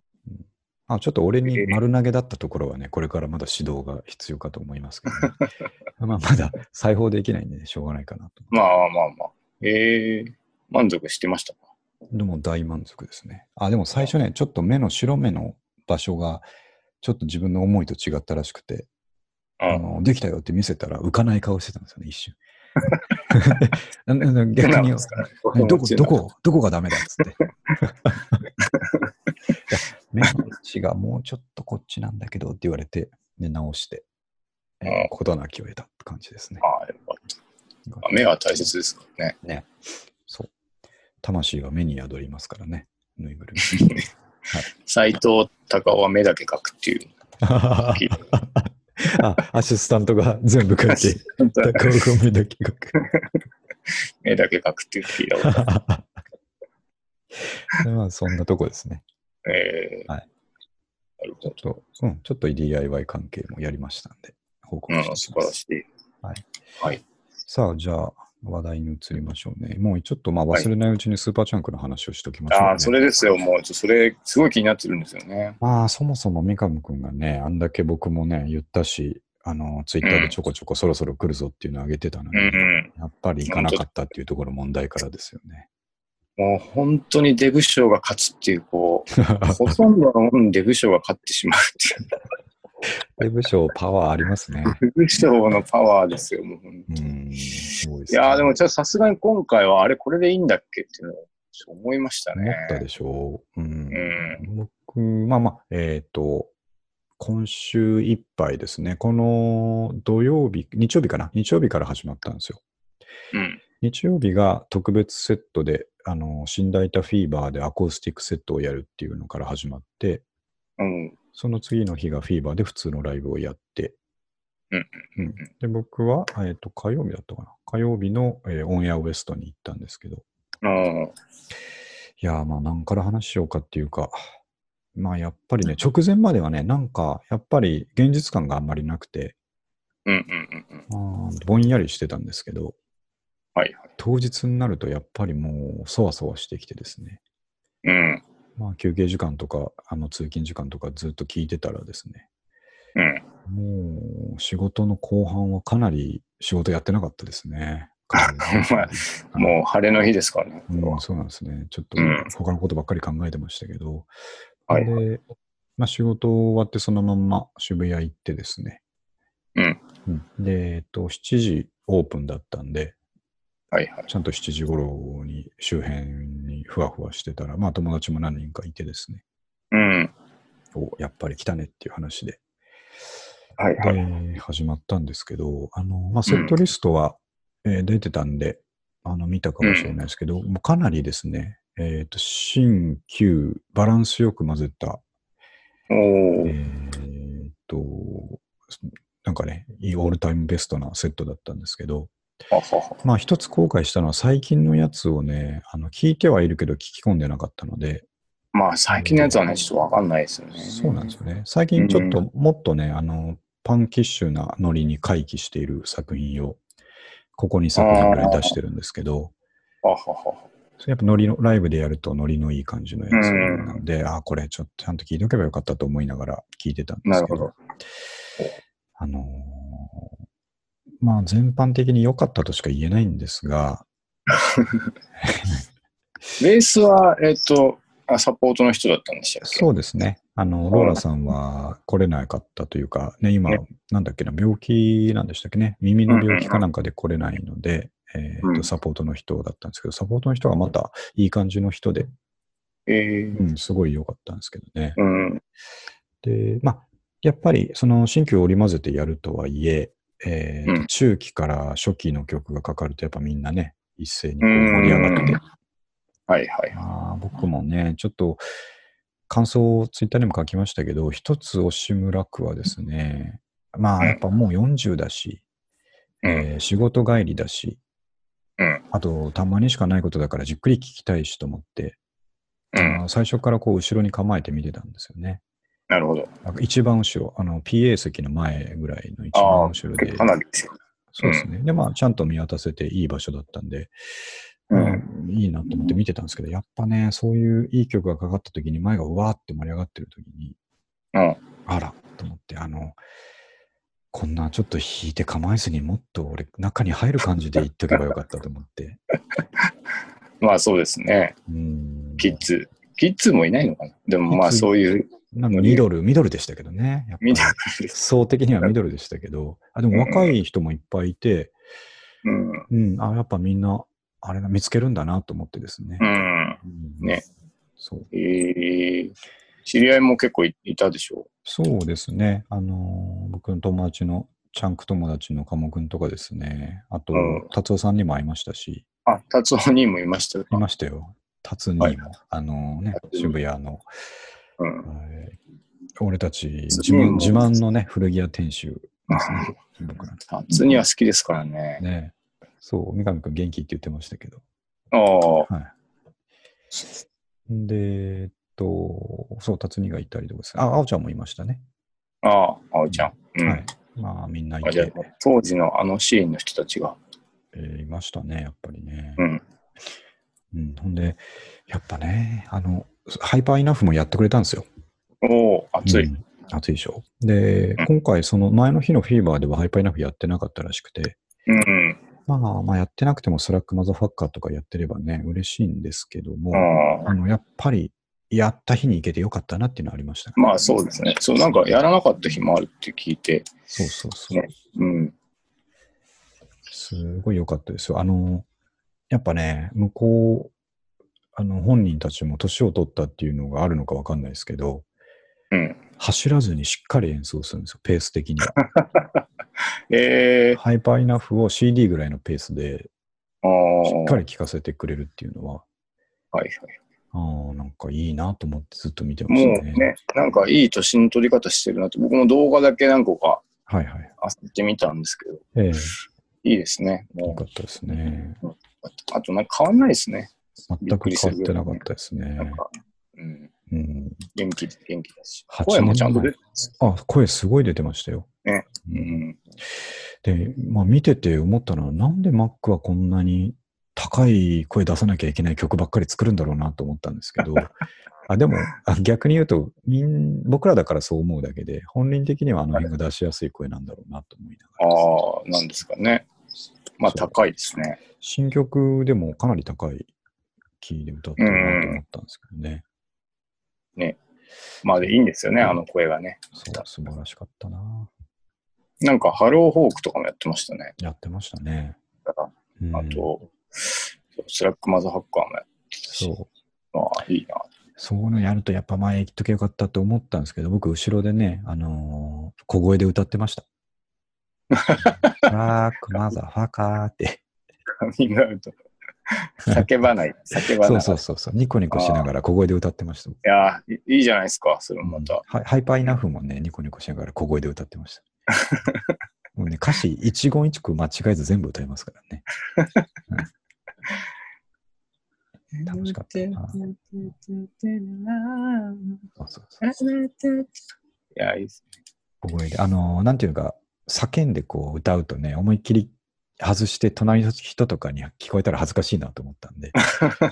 [SPEAKER 2] あちょっと俺に丸投げだったところはね、これからまだ指導が必要かと思いますけ ど、ね、まあまだ裁縫できないんで、しょうがないかなと。
[SPEAKER 1] まあまあまあ。ええ満足してましたか
[SPEAKER 2] でも大満足ですね。あ、でも最初ね、ちょっと目の白目の場所が、ちょっと自分の思いと違ったらしくて、あ
[SPEAKER 1] うん。
[SPEAKER 2] のできたよって見せたら浮かない顔してたんですよね、一 瞬。あの逆に、
[SPEAKER 1] うん
[SPEAKER 2] どこ、どこ、どこがダメだっつって。 いや目の位置がもうちょっとこっちなんだけどって言われて、で、直して、えー
[SPEAKER 1] うん
[SPEAKER 2] 事なきを得たって感じですね
[SPEAKER 1] あ。あ、やっぱ目は大切ですからね。
[SPEAKER 2] そう。魂は目に宿りますからね、ぬいぐるみ。
[SPEAKER 1] 斎藤隆夫は目だけ描くっていう。
[SPEAKER 2] あ、アシスタントが全部書いて、高尾文だけ書く。
[SPEAKER 1] 目だけ描くっていう聞いたこ
[SPEAKER 2] でまあ、そんなとこですね。
[SPEAKER 1] と。えー
[SPEAKER 2] はい
[SPEAKER 1] なる
[SPEAKER 2] ちょ
[SPEAKER 1] ほ
[SPEAKER 2] っと、うん、ちょっと DIY 関係もやりましたんで、報告
[SPEAKER 1] ど。うん、
[SPEAKER 2] して
[SPEAKER 1] 素
[SPEAKER 2] きま
[SPEAKER 1] 晴
[SPEAKER 2] す
[SPEAKER 1] ら。しい。
[SPEAKER 2] さあ、じゃあ、話題に移りましょうね。もうちょっとまあ
[SPEAKER 1] はい
[SPEAKER 2] 忘れないうちにスーパーチャンクの話をしときましょう、ね
[SPEAKER 1] ああ、それですよ。もう、それ、すごい気になってるんですよね。
[SPEAKER 2] まあ、そもそも三上くんがね、あんだけ僕もね、言ったし、あの、ツイッターでちょこちょこそろそろ来るぞっていうのを上げてたの
[SPEAKER 1] う
[SPEAKER 2] に、
[SPEAKER 1] ん
[SPEAKER 2] やっぱり行かなかったっていうところ問題からですよね。
[SPEAKER 1] うん。もう本当にデブ賞が勝つっていう、こ う、ほとんどのうんデブ賞が勝ってしまうっていう。
[SPEAKER 2] デブ賞パワーありますね。
[SPEAKER 1] デブ賞のパワーですよ、もう本
[SPEAKER 2] う
[SPEAKER 1] 当に。
[SPEAKER 2] ん、すごいです
[SPEAKER 1] い
[SPEAKER 2] ね
[SPEAKER 1] やーでもちょっとさすがに今回はあれこれでいいんだっけっていうのをちょっと思いました
[SPEAKER 2] 思
[SPEAKER 1] ね
[SPEAKER 2] っ。たでしょう。うん
[SPEAKER 1] う
[SPEAKER 2] 僕、まあまあ、えっ、と、今週いっぱいですね、この土曜日、日曜日かな、日曜日から始まったんですよ。
[SPEAKER 1] うん。
[SPEAKER 2] 日曜日が特別セットで、あの、死んだいたフィーバーでアコースティックセットをやるっていうのから始まって、
[SPEAKER 1] うん。
[SPEAKER 2] その次の日がフィーバーで普通のライブをやって、
[SPEAKER 1] うん
[SPEAKER 2] うんで、僕は、えっ、と、火曜日だったかな。火曜日の、えーオンエアウエストに行ったんですけど、
[SPEAKER 1] うん。
[SPEAKER 2] いやー、まあ、何から話しようかっていうか、まあ、やっぱりね、直前まではね、なんか、やっぱり現実感があんまりなくて、
[SPEAKER 1] うん。うん。うん。
[SPEAKER 2] あーぼんやりしてたんですけど、
[SPEAKER 1] はいはい。
[SPEAKER 2] 当日になるとやっぱりもう、そわそわしてきてですね、
[SPEAKER 1] うん。
[SPEAKER 2] まあ、休憩時間とか、あの通勤時間とかずっと聞いてたらですね、
[SPEAKER 1] うん。
[SPEAKER 2] もう、仕事の後半はかなり仕事やってなかったです ね。かなり
[SPEAKER 1] もう晴れの日ですからね。
[SPEAKER 2] うんそうなんですね。ちょっと
[SPEAKER 1] うん
[SPEAKER 2] 他のことばっかり考えてましたけど、
[SPEAKER 1] はい
[SPEAKER 2] で、まあ、仕事終わってそのまんま渋谷行ってですね。
[SPEAKER 1] うん
[SPEAKER 2] うんで、えっと、7時オープンだったんで、
[SPEAKER 1] はいはい。
[SPEAKER 2] ちゃんと7時頃に周辺にふわふわしてたら、まあ友達も何人かいてですね、
[SPEAKER 1] うん。
[SPEAKER 2] おやっぱり来たねっていう話で、
[SPEAKER 1] はいはい。
[SPEAKER 2] で始まったんですけど、あのまあ、セットリストは、えー出てたんであの見たかもしれないですけど、もうかなりですね、えー、と新旧バランスよく混ぜた、
[SPEAKER 1] お
[SPEAKER 2] え
[SPEAKER 1] ー。
[SPEAKER 2] ー、となんかねいいオールタイムベストなセットだったんですけど、
[SPEAKER 1] あはは。
[SPEAKER 2] まあ、一つ後悔したのは最近のやつをねあの聞いてはいるけど聞き込んでなかったので、
[SPEAKER 1] まあ最近のやつはね、ちょっとわかんないですよね。
[SPEAKER 2] そうなんですよね最近ちょっともっとね、あのパンキッシュなノリに回帰している作品をここ2作品ぐらい出してるんですけど、
[SPEAKER 1] あはは。
[SPEAKER 2] やっぱノリの、ライブでやるとノリのいい感じのやつなんで、ああ、これちょっとちゃんと聞いておけばよかったと思いながら聞いてたんです
[SPEAKER 1] な
[SPEAKER 2] け
[SPEAKER 1] る
[SPEAKER 2] ど、
[SPEAKER 1] ほど。
[SPEAKER 2] あのーまあ全般的に良かったとしか言えないんですが、
[SPEAKER 1] ベースは、えっと、あサポートの人だったんでしたっけ
[SPEAKER 2] そうですね。あの、ローラさんは来れなかったというか、ね、今
[SPEAKER 1] ね、
[SPEAKER 2] なんだっけな、病気なんでしたっけね。耳の病気かなんかで来れないので、えーっ
[SPEAKER 1] う
[SPEAKER 2] と、
[SPEAKER 1] ん
[SPEAKER 2] サポートの人だったんですけど、サポートの人がまたいい感じの人で、
[SPEAKER 1] えー
[SPEAKER 2] うん、すごい良かったんですけどね。
[SPEAKER 1] うん。
[SPEAKER 2] で、まあ、やっぱり、その、新旧を織り交ぜてやるとはいえ、えーっと
[SPEAKER 1] うん
[SPEAKER 2] 中期から初期の曲がかかると、やっぱみんなね、一斉にこう盛り上がって
[SPEAKER 1] うんはいはい。
[SPEAKER 2] ああ、僕もね、ちょっと感想をツイッターにも書きましたけど、一つ押村区はですね、ま
[SPEAKER 1] う
[SPEAKER 2] あ
[SPEAKER 1] ん
[SPEAKER 2] やっぱもう40だし、
[SPEAKER 1] うん
[SPEAKER 2] えー仕事帰りだし、
[SPEAKER 1] うん
[SPEAKER 2] あとたまにしかないことだからじっくり聞きたいしと思って、
[SPEAKER 1] うん
[SPEAKER 2] あ。の最初からこう後ろに構えて見てたんですよね。
[SPEAKER 1] なるほど。
[SPEAKER 2] なんか一番後ろ、あの PA 席の前ぐらいの一
[SPEAKER 1] あ
[SPEAKER 2] 番
[SPEAKER 1] あ
[SPEAKER 2] 後ろで、
[SPEAKER 1] かなりですよ。
[SPEAKER 2] そうですね。で、まあ、ちゃんと見渡せていい場所だったんで、
[SPEAKER 1] うん
[SPEAKER 2] まあいいなと思って見てたんですけど、やっぱね、そういういい曲がかかった時に、前がうわーって盛り上がってる時に、
[SPEAKER 1] うん
[SPEAKER 2] あらと思って、あの、こんなちょっと弾いて構えずにもっと俺、中に入る感じで言っとけばよかったと思って、
[SPEAKER 1] まあそうですね。
[SPEAKER 2] うん、
[SPEAKER 1] キッズ。キッズもいないのかなでもまあ
[SPEAKER 2] キッズ
[SPEAKER 1] そういう、
[SPEAKER 2] なんかミドル、ミドルでしたけどね。やっぱ
[SPEAKER 1] みたいなです。
[SPEAKER 2] 層的にはミドルでしたけど、あでも若い人もいっぱいいて、
[SPEAKER 1] うん。
[SPEAKER 2] うん、あやっぱみんな、あれが見つけるんだなと思ってですね
[SPEAKER 1] う。ん。
[SPEAKER 2] うん
[SPEAKER 1] ね。
[SPEAKER 2] そう。
[SPEAKER 1] えー知り合いも結構いいたでしょ
[SPEAKER 2] そうですね。あのー僕の友達の、チャンク友達の鴨くんとかですね。あと
[SPEAKER 1] うん、
[SPEAKER 2] 達夫さんにも会いましたし、
[SPEAKER 1] あ、達夫にもいました
[SPEAKER 2] い
[SPEAKER 1] か。
[SPEAKER 2] ましたよ。達にも、
[SPEAKER 1] はい
[SPEAKER 2] あのね、渋谷の、
[SPEAKER 1] うん。
[SPEAKER 2] はい俺たち自
[SPEAKER 1] 達に
[SPEAKER 2] 慢
[SPEAKER 1] も
[SPEAKER 2] 自慢のね、古着屋店主ですね。僕ら
[SPEAKER 1] 達には好きですからね。
[SPEAKER 2] ね。そう、三上くん元気って言ってましたけど。
[SPEAKER 1] ああ、
[SPEAKER 2] はい。で、えっと、そう、辰巳がいたりとかです。あ、青ちゃんもいましたね。
[SPEAKER 1] ああ、あおちゃん。うん。
[SPEAKER 2] はい。まあ、みんない
[SPEAKER 1] あじゃあ
[SPEAKER 2] て、
[SPEAKER 1] 当時のあのシーンの人たちが。
[SPEAKER 2] えーいましたね、やっぱりね。
[SPEAKER 1] うん。
[SPEAKER 2] うん、ほんで、やっぱね、あの、ハイパーイナフもやってくれたんですよ。
[SPEAKER 1] おお、熱い。
[SPEAKER 2] うん暑いでしょ。で
[SPEAKER 1] うん、
[SPEAKER 2] 今回、その前の日のフィーバーではハイパーイナフやってなかったらしくて、
[SPEAKER 1] うん。
[SPEAKER 2] まあ、まあ、やってなくてもスラックマザーファッカーとかやってればね、嬉しいんですけども、
[SPEAKER 1] ああ
[SPEAKER 2] あの、やっぱり、やった日に行けてよかったなっていうのはありましたね。
[SPEAKER 1] まあそうですね。そう、なんかやらなかった日もあるって聞いて。
[SPEAKER 2] そうそうそう
[SPEAKER 1] ね。うん。
[SPEAKER 2] すごい良かったですよ。あの、やっぱね、向こう、あの、本人たちも年を取ったっていうのがあるのかわかんないですけど、
[SPEAKER 1] うん。
[SPEAKER 2] 走らずにしっかり演奏するんですよ、ペース的 には。
[SPEAKER 1] ええ
[SPEAKER 2] ハイパーイナフを CD ぐらいのペースで
[SPEAKER 1] ああ。
[SPEAKER 2] しっかり聴かせてくれるっていうのは、
[SPEAKER 1] はい
[SPEAKER 2] ああ、なんかいいなと思ってずっと見てま
[SPEAKER 1] はい。
[SPEAKER 2] し
[SPEAKER 1] も
[SPEAKER 2] た
[SPEAKER 1] う
[SPEAKER 2] ね。
[SPEAKER 1] ね、なんかいい年の取り方してるなって、僕も動画だけ何個か
[SPEAKER 2] はいはい。
[SPEAKER 1] 遊ってみたんですけど、
[SPEAKER 2] ええ
[SPEAKER 1] いいですね。
[SPEAKER 2] よ
[SPEAKER 1] も
[SPEAKER 2] かったですね。
[SPEAKER 1] う、あとなんか変わんないですね。
[SPEAKER 2] 全く変わってなかったですね
[SPEAKER 1] な。んか、うん、
[SPEAKER 2] うん、
[SPEAKER 1] 元気、元気だし。
[SPEAKER 2] 八
[SPEAKER 1] 声もちゃんと出てます。
[SPEAKER 2] あ、声すごい出てましたよ。
[SPEAKER 1] ね
[SPEAKER 2] う
[SPEAKER 1] うんん。
[SPEAKER 2] で、まあ、見てて思ったのは、なんで Mac はこんなに高い声出さなきゃいけない曲ばっかり作るんだろうなと思ったんですけど、あでもあ逆に言うとみん、僕らだからそう思うだけで、本人的にはあの辺が出しやすい声なんだろうなと思いな
[SPEAKER 1] あ
[SPEAKER 2] がら。
[SPEAKER 1] あ、なんですかね。まあ、高いですね。
[SPEAKER 2] 新曲でもかなり高いキーで歌ってるなと思ったんですけどね。
[SPEAKER 1] まあ、いいんですよね、あの声がね。
[SPEAKER 2] そう、素晴らしかったな。
[SPEAKER 1] なんか、ハローホークとかもやってましたね。
[SPEAKER 2] やってましたね。
[SPEAKER 1] だか
[SPEAKER 2] うん
[SPEAKER 1] らあと、スラックマザーハッカーもやってたし、
[SPEAKER 2] そう。
[SPEAKER 1] まあ、いいな。
[SPEAKER 2] そういうのやると、やっぱ前行っときゃよかったと思ったんですけど、僕、後ろでね、あのー小声で歌ってました。ラークマザーファカーって。
[SPEAKER 1] カミングア ウト。叫ばない、叫ば
[SPEAKER 2] そ
[SPEAKER 1] な
[SPEAKER 2] う
[SPEAKER 1] い。
[SPEAKER 2] そうそうそう。ニコニコしながら小声で歌ってました。
[SPEAKER 1] いやー、いいいじゃないですか、それもま
[SPEAKER 2] うん
[SPEAKER 1] た。
[SPEAKER 2] ハイハイパーイナフもね、ニコニコしながら小声で歌ってました。もうね、歌詞一言一句間違えず全部歌いますからね。うん楽しかったな。そうそうそう
[SPEAKER 1] いや、いいです
[SPEAKER 2] 小声で。あのーなんていうか、叫んでこう歌うとね、思いっきり外して隣の人とかに聞こえたら恥ずかしいなと思った んで、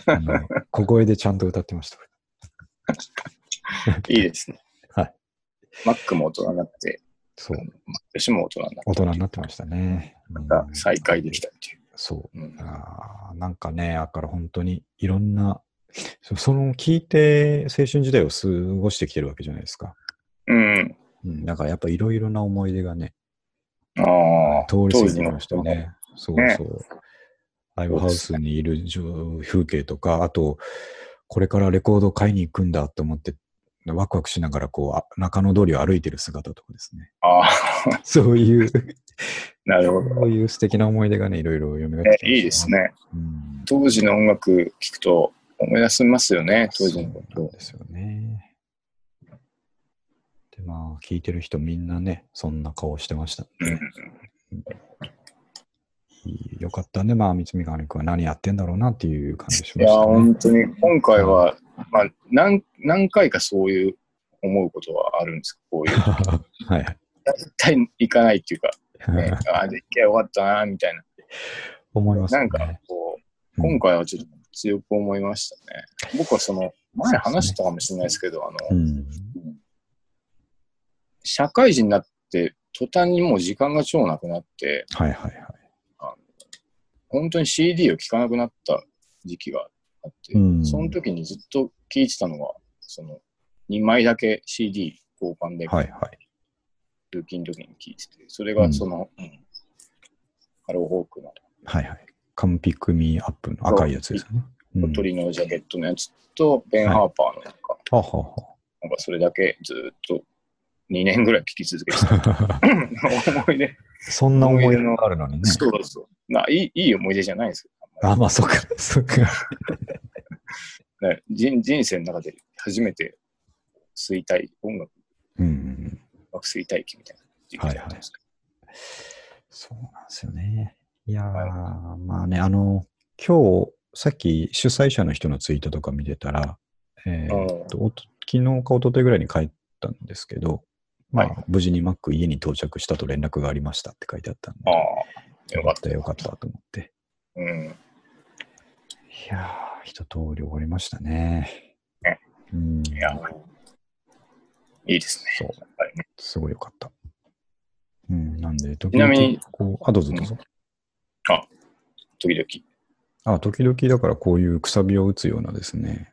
[SPEAKER 2] あの小声でちゃんと歌ってました。
[SPEAKER 1] いいですね。
[SPEAKER 2] はい。
[SPEAKER 1] マックも大人になって、
[SPEAKER 2] そう、
[SPEAKER 1] 私も大人になって、
[SPEAKER 2] 大人になってましたね。うん
[SPEAKER 1] また再会できたっていう。
[SPEAKER 2] そうう。
[SPEAKER 1] ん
[SPEAKER 2] あーなんかね、だから本当にいろんな、そその聞いて青春時代を過ごしてきてるわけじゃないですか。
[SPEAKER 1] うん。
[SPEAKER 2] うん、だからやっぱいろいろな思い出がね、
[SPEAKER 1] ああ、
[SPEAKER 2] 通り過ぎて
[SPEAKER 1] 当時
[SPEAKER 2] ました
[SPEAKER 1] の
[SPEAKER 2] ね。そう
[SPEAKER 1] ね
[SPEAKER 2] そう。アイブハウスにいる情風景とか、あと、これからレコード買いに行くんだと思って、ワクワクしながらこうあ中野通りを歩いてる姿とかですね。
[SPEAKER 1] ああ、
[SPEAKER 2] そう いう、
[SPEAKER 1] なるほど。
[SPEAKER 2] そういう素敵な思い出がね、いろいろ蘇ってきま
[SPEAKER 1] ね
[SPEAKER 2] した
[SPEAKER 1] いいです。ね。
[SPEAKER 2] うん、
[SPEAKER 1] 当時の音楽聴くと思い出しますよね、当時のこ
[SPEAKER 2] そうなん
[SPEAKER 1] と。
[SPEAKER 2] ですよね。で、まあ、聞いてる人みんなね、そんな顔してました
[SPEAKER 1] うん
[SPEAKER 2] ね。いいよかったね。まあ、三上君は何やってんだろうなっていう感じし
[SPEAKER 1] い
[SPEAKER 2] ま
[SPEAKER 1] や、
[SPEAKER 2] したね
[SPEAKER 1] 本。当に今回は、まあ、何何回かそういう思うことはあるんですけどこういう。
[SPEAKER 2] はいはい。
[SPEAKER 1] 絶対行かないっていうか、ね、ああ、で行けばよかったな、みたいな。
[SPEAKER 2] 思いますね。
[SPEAKER 1] なんか、こう、
[SPEAKER 2] うん
[SPEAKER 1] 今回はちょっと強く思いましたね。僕はその、前話したかもしれないですけど、あの、
[SPEAKER 2] うん。
[SPEAKER 1] 社会人になって、途端にもう時間が超なくなって、
[SPEAKER 2] はいはいはい。
[SPEAKER 1] 本当に CD を聴かなくなった時期がああって、
[SPEAKER 2] うん
[SPEAKER 1] その時にずっと聴いてたのは、その2枚だけ CD 交換で、
[SPEAKER 2] はいはい。
[SPEAKER 1] 通勤の時に聴いてて、それがその、うんハローホークの
[SPEAKER 2] はいはい。カムピクミーアップの赤いやつですよね。うん
[SPEAKER 1] 小鳥のジャケットのやつと、ベン・ハーパーのなんか、
[SPEAKER 2] ははは
[SPEAKER 1] なんかそれだけずっと2年ぐらい聴き続けてた。思い出、
[SPEAKER 2] そんな思い出があるのにね。
[SPEAKER 1] そうそうないい。いい思い出じゃないですよ。あんま
[SPEAKER 2] あ、まあ、そっか、そっか。
[SPEAKER 1] りね人人生の中で初めて衰退、音楽
[SPEAKER 2] うんうんうん。
[SPEAKER 1] が衰退期みたいな時期だったんですけ
[SPEAKER 2] そうなんですよね。いやー、まあね、あの、今日、さっき主催者の人のツイートとか見てたら、えーっと、おと昨日か一昨日ぐらいに帰ったんですけど、まあ、
[SPEAKER 1] は
[SPEAKER 2] 無事にマック家に到着したと連絡がありましたって書いてあったん
[SPEAKER 1] ど。
[SPEAKER 2] で、
[SPEAKER 1] ああ、よかった。
[SPEAKER 2] よかったと思って。
[SPEAKER 1] うん。
[SPEAKER 2] いやー、一通り終わりましたね。うん、
[SPEAKER 1] いや、いいですね。
[SPEAKER 2] そう
[SPEAKER 1] やっぱりね。
[SPEAKER 2] すごいよかった。うん、なんで、ち
[SPEAKER 1] ちなみに、
[SPEAKER 2] こう、あ、どうぞどうぞ。
[SPEAKER 1] 時々。
[SPEAKER 2] あ、時々だからこういうくさびを打つようなですね、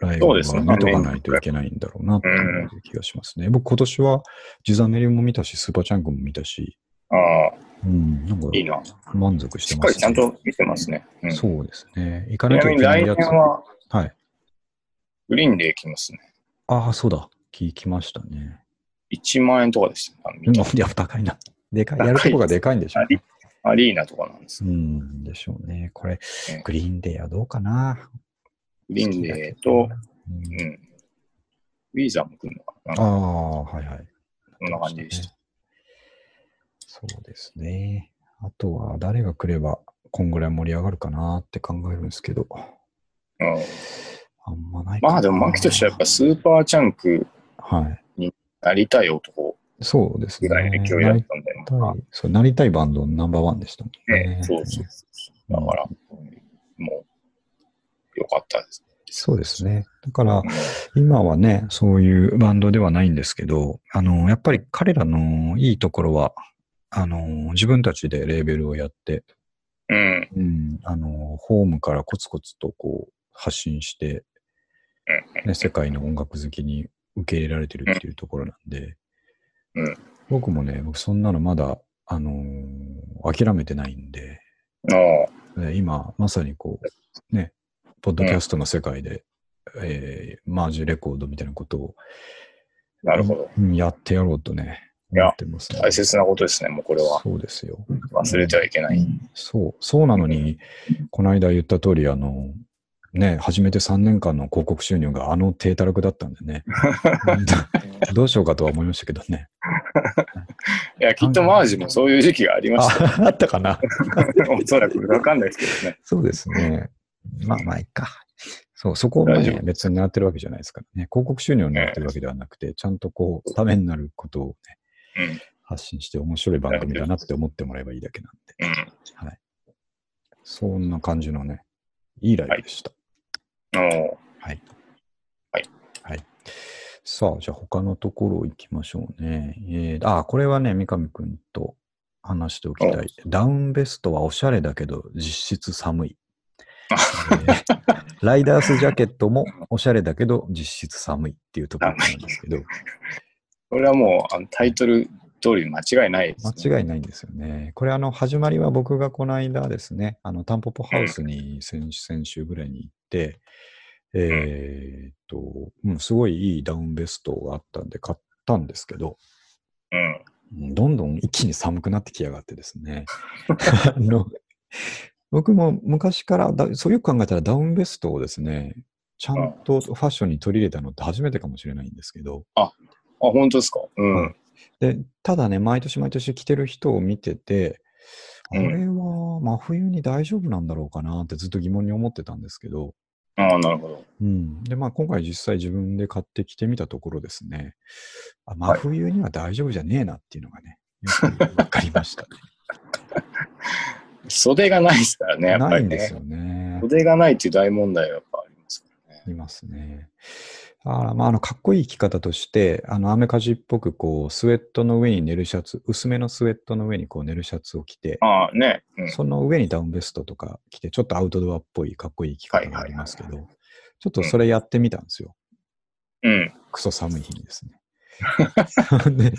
[SPEAKER 2] ライブ
[SPEAKER 1] そ
[SPEAKER 2] を
[SPEAKER 1] うですね
[SPEAKER 2] 見とかないといけないんだろうなっていう気がしますね。僕今年はジザメリも見たし、スーパーチャンクも見たし、
[SPEAKER 1] あ
[SPEAKER 2] うん、なんか
[SPEAKER 1] あ、いいな。
[SPEAKER 2] 満足し
[SPEAKER 1] してっ
[SPEAKER 2] ま
[SPEAKER 1] か
[SPEAKER 2] す、
[SPEAKER 1] りちゃんと見てますね。うん、ち
[SPEAKER 2] そうですね。行かな
[SPEAKER 1] な
[SPEAKER 2] きゃ
[SPEAKER 1] み
[SPEAKER 2] い
[SPEAKER 1] に
[SPEAKER 2] けない
[SPEAKER 1] 来
[SPEAKER 2] や
[SPEAKER 1] 年
[SPEAKER 2] つ。
[SPEAKER 1] は
[SPEAKER 2] はい。
[SPEAKER 1] グリーンで来ますね。
[SPEAKER 2] ああ、そうだ。聞きましたね。
[SPEAKER 1] 1万円とかでした。あの見
[SPEAKER 2] うん
[SPEAKER 1] た
[SPEAKER 2] いや、高いな。でかい。やるとこがでかいんでしょうね。
[SPEAKER 1] アリーナとかなんです
[SPEAKER 2] う。ん、でしょうね。これ
[SPEAKER 1] ね、
[SPEAKER 2] グリーンデーはどうかな。
[SPEAKER 1] グリーンデーと、
[SPEAKER 2] うん
[SPEAKER 1] うん。ウィーザーも来るのか
[SPEAKER 2] あ
[SPEAKER 1] ななんか
[SPEAKER 2] あ、はいはい。
[SPEAKER 1] こんな感じでした。
[SPEAKER 2] そうですね。あとは誰が来ればこんぐらい盛り上がるかなって考えるんですけど、
[SPEAKER 1] うん、
[SPEAKER 2] あんまないかな
[SPEAKER 1] まあでも、マキとしてはやっぱスーパーチャンク
[SPEAKER 2] はい。
[SPEAKER 1] なりたい男
[SPEAKER 2] そうです
[SPEAKER 1] ぐ
[SPEAKER 2] ね。
[SPEAKER 1] らいの勢いだったんで、
[SPEAKER 2] なりたいそうなりたいバンドナンバーワンでしたもんね。
[SPEAKER 1] ね、そうそうそう。だから、もう、よかったです。
[SPEAKER 2] そうですね。だから、今はね、そういうバンドではないんですけど、あの、やっぱり彼らのいいところは、あの、自分たちでレーベルをやって、
[SPEAKER 1] うん、
[SPEAKER 2] うん、あの、ホームからコツコツとこう、発信して、ね、世界の音楽好きに受け入れられてるっていうところなんで、
[SPEAKER 1] うん
[SPEAKER 2] 僕もね、僕そんなのまだ、あのー諦めてないんで、
[SPEAKER 1] ああ
[SPEAKER 2] ね今、まさにこう、ね、ポッドキャストの世界で、えーマージレコードみたいなことを、
[SPEAKER 1] なるほど。
[SPEAKER 2] うんやってやろうとね、
[SPEAKER 1] いや
[SPEAKER 2] 思ってます、ね。
[SPEAKER 1] 大切なことですね、もうこれは。
[SPEAKER 2] そうですよ。
[SPEAKER 1] 忘れてはいけない。
[SPEAKER 2] そう、そうなのに、この間言った通り、あの、ね、初めて3年間の広告収入があの低たらくだったんで ね。どうしようかとは思いましたけどね。
[SPEAKER 1] いや、きっとマージもそういう時期があ りまし
[SPEAKER 2] ああったかな。
[SPEAKER 1] た。おそらく、わかんないですけどね。
[SPEAKER 2] そうですね。まあまあ、いいか。そう、そこを、
[SPEAKER 1] 大丈
[SPEAKER 2] ね
[SPEAKER 1] 夫、
[SPEAKER 2] 別に狙ってるわけじゃないですからね。広告収入を狙ってるわけではなくて、ちゃんとこう、ためになることをね、
[SPEAKER 1] うん
[SPEAKER 2] 発信して面白い番組だなって思ってもらえばいいだけなんで。
[SPEAKER 1] う
[SPEAKER 2] そんな感じのね、いいライブでした。
[SPEAKER 1] ん。お
[SPEAKER 2] はい。
[SPEAKER 1] はい。
[SPEAKER 2] はい。さあ、じゃあ他のところ行きましょうね。えー、あ、これはね、三上くんと話しておきたい。ダウンベストはおしゃれだけど、実質寒い。えーライダースジャケットもおしゃれだけど、実質寒いっていうところなんですけど、
[SPEAKER 1] これはもうあのタイトル通り間違いないです、ね。
[SPEAKER 2] 間違いないんですよね。これ、あの、始まりは僕がこの間ですね、あの、タンポポハウスに先先週ぐらいに行って、えーっと、うん、すごいいいダウンベストがあったんで買ったんですけど、
[SPEAKER 1] うん。
[SPEAKER 2] うんどんどん一気に寒くなってきやがってですね。あの僕も昔からだ、そうよく考えたらダウンベストをですね、ちゃんとファッションに取り入れたのって初めてかもしれないんですけど、
[SPEAKER 1] あ、本当ですか。うん。
[SPEAKER 2] はいで、ただね、毎年毎年着てる人を見てて、あ
[SPEAKER 1] うん
[SPEAKER 2] れは真冬に大丈夫なんだろうかなってずっと疑問に思ってたんですけど、
[SPEAKER 1] ああ、なるほど。
[SPEAKER 2] うん。で、まあ今回実際自分で買って着てみたところですね、あ真冬には大丈夫じゃねえなっていうのがね、よくわかりましたね。
[SPEAKER 1] 袖がないですからね、やっぱ
[SPEAKER 2] ない
[SPEAKER 1] り
[SPEAKER 2] んです
[SPEAKER 1] ね。
[SPEAKER 2] よね。
[SPEAKER 1] 袖がないっていう大問題はやっぱありますからね。
[SPEAKER 2] いますね。あらまあ、あの、かっこいい生き方として、あの、アメカジっぽく、こう、スウェットの上に寝るシャツ、薄めのスウェットの上に、こう、寝るシャツを着て、
[SPEAKER 1] ああ、ね。うん
[SPEAKER 2] その上にダウンベストとか着て、ちょっとアウトドアっぽいかっこいい着方がありますけど、
[SPEAKER 1] はい
[SPEAKER 2] ちょっとそれやってみたんですよ。
[SPEAKER 1] うん。
[SPEAKER 2] クソ寒い日にです ね。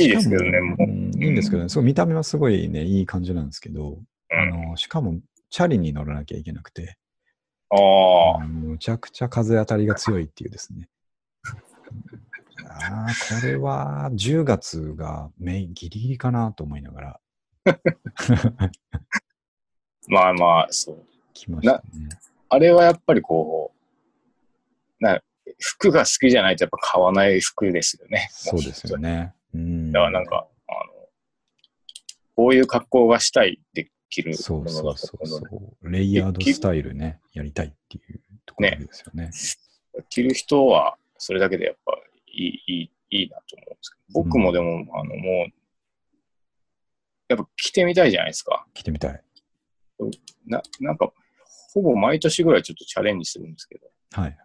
[SPEAKER 1] いいですけどねもう
[SPEAKER 2] うんいいんですけどね。そう見た目はすごいね、いい感じなんですけど、
[SPEAKER 1] うん
[SPEAKER 2] あのしかも、チャリに乗らなきゃいけなくて、
[SPEAKER 1] ああ、
[SPEAKER 2] あのむちゃくちゃ風当たりが強いっていうですね。ああ、これは10月がメインギリギリかなと思いながら
[SPEAKER 1] まあまあ、そう。
[SPEAKER 2] 来ましたね。
[SPEAKER 1] あれはやっぱりこう、な服が好きじゃないとやっぱ買わない服ですよね。
[SPEAKER 2] そうですよね。うん、
[SPEAKER 1] だからなんか、あの、こういう格好がしたい、できる
[SPEAKER 2] そ
[SPEAKER 1] もの
[SPEAKER 2] う
[SPEAKER 1] だと
[SPEAKER 2] そ
[SPEAKER 1] 思
[SPEAKER 2] うそう
[SPEAKER 1] う
[SPEAKER 2] そ
[SPEAKER 1] ので、
[SPEAKER 2] う。レイヤードスタイルね、やりたいっていうところですよね。
[SPEAKER 1] 着る人はそれだけでやっぱいい、いい、いいなと思うんですけど、僕もでも、あの、もう、やっぱ着てみたいじゃないですか。
[SPEAKER 2] 着てみたい。
[SPEAKER 1] な、なんか、ほぼ毎年ぐらいちょっとチャレンジするんですけど、
[SPEAKER 2] はい。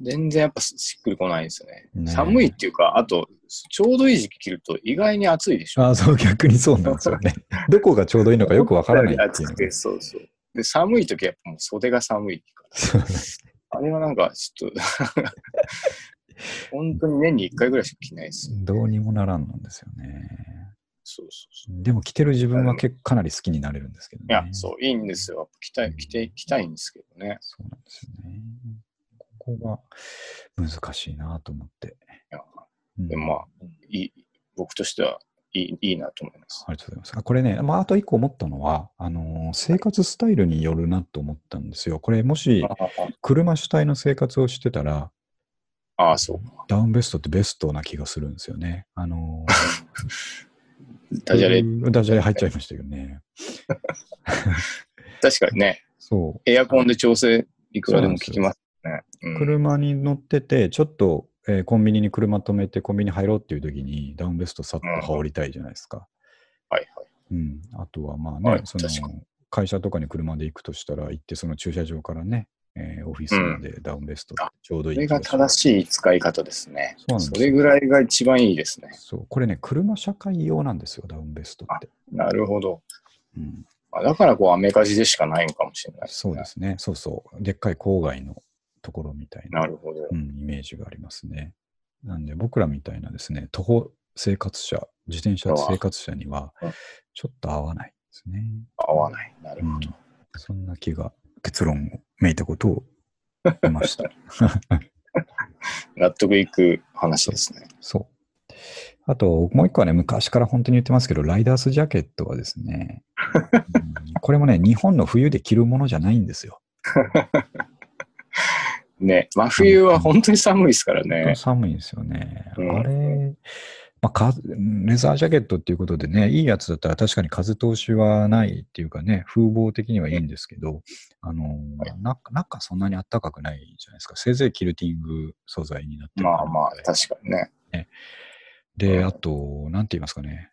[SPEAKER 1] 全然やっぱしっくりこないんですよね。
[SPEAKER 2] ねえ
[SPEAKER 1] 寒いっていうか、あと、ちょうどいい時期着ると意外に暑いでしょ。
[SPEAKER 2] ああ、そう、逆にそうなんですよ ね。どこがちょうどいいのかよくわからないって
[SPEAKER 1] 暑
[SPEAKER 2] いうの
[SPEAKER 1] く
[SPEAKER 2] が
[SPEAKER 1] て、そうそう。で、寒い時はやっぱもう袖が寒いから。
[SPEAKER 2] そう
[SPEAKER 1] あれはなんか、ちょ っと、本当に年に1回ぐらいしか着ないです。
[SPEAKER 2] どうにもならんなんですよね。
[SPEAKER 1] そうそうそう。
[SPEAKER 2] でも着てる自分は結構かなり好きになれるんですけどね。
[SPEAKER 1] いや、そう、いいんですよ。着たい、着て、着たいんですけどね。
[SPEAKER 2] そうなんですよね。ここが難しいなと思って。
[SPEAKER 1] いや
[SPEAKER 2] うん
[SPEAKER 1] でもまあ、いい、僕としてはいい、いいなと思います。
[SPEAKER 2] ありがとうございます。あこれね、まあ、あと一個思ったのは、あのー生活スタイルによるなと思ったんですよ。これ、もし、車主体の生活をしてたら、
[SPEAKER 1] ああ、そうか。
[SPEAKER 2] ダウンベストってベストな気がするんですよね。あのー
[SPEAKER 1] ダジャレ、
[SPEAKER 2] ダジャレ入っちゃいましたけどね。
[SPEAKER 1] 確かにね、
[SPEAKER 2] そう。
[SPEAKER 1] エアコンで調整いくらでも聞きますね。うん
[SPEAKER 2] 車に乗ってて、ちょっと、えーコンビニに車止めて、コンビニ入ろうっていう時に、ダウンベストさっと羽織りたいじゃないですか。
[SPEAKER 1] はいはい。
[SPEAKER 2] うん、あとはまあね、
[SPEAKER 1] はい
[SPEAKER 2] その
[SPEAKER 1] 確かに
[SPEAKER 2] 会社とかに車で行くとしたら、行ってその駐車場からね、えーオフィスまでダウンベストってちょうどいい
[SPEAKER 1] それ
[SPEAKER 2] 気
[SPEAKER 1] が
[SPEAKER 2] がする、
[SPEAKER 1] 正しい使い方ですね。
[SPEAKER 2] そうなんです
[SPEAKER 1] それぐらいが一番いいですね。
[SPEAKER 2] そう、これね、車社会用なんですよ、ダウンベストって。
[SPEAKER 1] なるほど。
[SPEAKER 2] うん、
[SPEAKER 1] まあだからこう、アメカジでしかないのかもしれないです
[SPEAKER 2] そ
[SPEAKER 1] ね。
[SPEAKER 2] うですね、そうそう、でっかい郊外のところみたいな、
[SPEAKER 1] なるほど。
[SPEAKER 2] うん、イメージがありますね。なんで、僕らみたいなですね、徒歩生活者、自転車生活者には
[SPEAKER 1] うん、
[SPEAKER 2] ちょっと合わないですね。
[SPEAKER 1] 合わない。なる
[SPEAKER 2] う
[SPEAKER 1] ほ
[SPEAKER 2] ん
[SPEAKER 1] ど。、
[SPEAKER 2] そんな気が、結論をめいたことを言いました。
[SPEAKER 1] 納得いく話ですね。
[SPEAKER 2] そう。あと、もう一個はね、昔から本当に言ってますけど、ライダースジャケットはですね、うんこれもね、日本の冬で着るものじゃないんですよ。
[SPEAKER 1] ね、真冬は本当に寒いですからね。
[SPEAKER 2] 寒いんですよね。
[SPEAKER 1] うん
[SPEAKER 2] あれ、まあか、レザージャケットっていうことでね、いいやつだったら確かに風通しはないっていうかね、風貌的にはいいんですけど、あの、中中そんなに暖かくないじゃないですか。せいぜいキルティング素材になってるか
[SPEAKER 1] ま
[SPEAKER 2] な
[SPEAKER 1] あまあ、確かにね。う
[SPEAKER 2] で、
[SPEAKER 1] ん
[SPEAKER 2] あと、なんて言いますかね。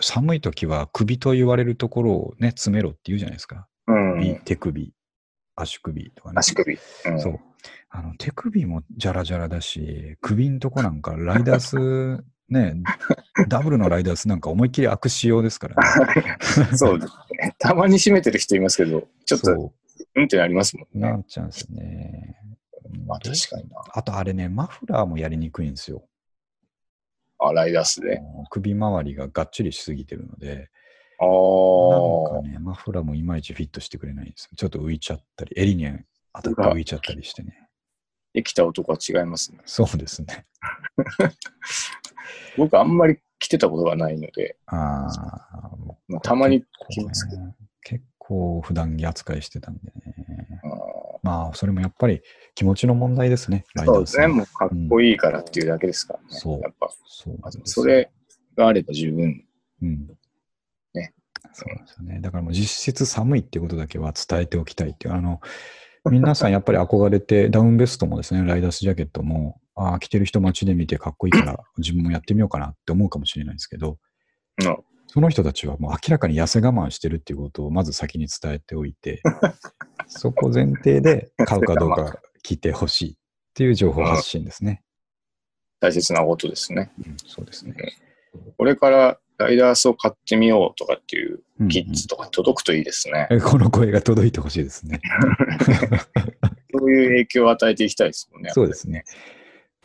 [SPEAKER 2] 寒い時は首と言われるところをね、詰めろって言うじゃないですか。
[SPEAKER 1] う
[SPEAKER 2] 首
[SPEAKER 1] ん。
[SPEAKER 2] 手首、足首とかね。
[SPEAKER 1] 足首。うん
[SPEAKER 2] そう。あの、手首もジャラジャラだし、首んとこなんかライダース、 ね、ダブルのライダースなんか思いっきり悪仕様ですからね。
[SPEAKER 1] そうですね。 たまに締めてる人いますけど、 ちょっと、
[SPEAKER 2] そ
[SPEAKER 1] うんってなりますも
[SPEAKER 2] う。
[SPEAKER 1] ん
[SPEAKER 2] な
[SPEAKER 1] ね。
[SPEAKER 2] んちゃうんですよね。うん
[SPEAKER 1] まあ確かにな。
[SPEAKER 2] あとあれね、マフラーもやりにくいんですよ。
[SPEAKER 1] あ、ライダースで。
[SPEAKER 2] もう首周りががっちりしすぎてるので。
[SPEAKER 1] あ
[SPEAKER 2] なん
[SPEAKER 1] あ
[SPEAKER 2] か。ね、マフラーもいまいちフィットしてくれないんですよ。ちょっと浮いちゃったり、襟に当たって浮いちゃったりしてね。
[SPEAKER 1] できた男は違いますね。
[SPEAKER 2] そうですね。
[SPEAKER 1] 僕あんまり着てたことがないので、
[SPEAKER 2] ああ、も
[SPEAKER 1] まあたまに
[SPEAKER 2] う
[SPEAKER 1] 着ますけど。
[SPEAKER 2] ね結構普段着扱いしてたんでね。
[SPEAKER 1] あ
[SPEAKER 2] まあ、それもやっぱり気持ちの問題ですね。ラ
[SPEAKER 1] ー
[SPEAKER 2] イダ
[SPEAKER 1] そ
[SPEAKER 2] ー
[SPEAKER 1] うで
[SPEAKER 2] さ
[SPEAKER 1] すね。
[SPEAKER 2] ん
[SPEAKER 1] もうかっこいいからっていうだけですからね。
[SPEAKER 2] うんそう
[SPEAKER 1] やっぱ、
[SPEAKER 2] そうなんですよ
[SPEAKER 1] それがあれば十分。
[SPEAKER 2] うん。
[SPEAKER 1] ね。
[SPEAKER 2] そうなんですよね。だからもう実質寒いってことだけは伝えておきたいっていう。あの、皆さんやっぱり憧れて、 ダウンベストもですね、ライダースジャケットも、ああ、着てる人街で見てかっこいい から、自分もやってみようかなって思うかもしれないですけど、
[SPEAKER 1] うん
[SPEAKER 2] その人たちはもう明らかに痩せ我慢してるっていうことをまず先に 伝えておいて、そこ前提で買うかどうか聞いてほしいっっていう情報発信ですね。
[SPEAKER 1] 大切なことですね。
[SPEAKER 2] うん、そうですね。
[SPEAKER 1] これからライダースを買ってみようとかっていう
[SPEAKER 2] うんうん
[SPEAKER 1] キッズとか届くといいですね。
[SPEAKER 2] え この声が届いてほしいですね。
[SPEAKER 1] そういう影響を与えていきたいですもんね。
[SPEAKER 2] そうですね。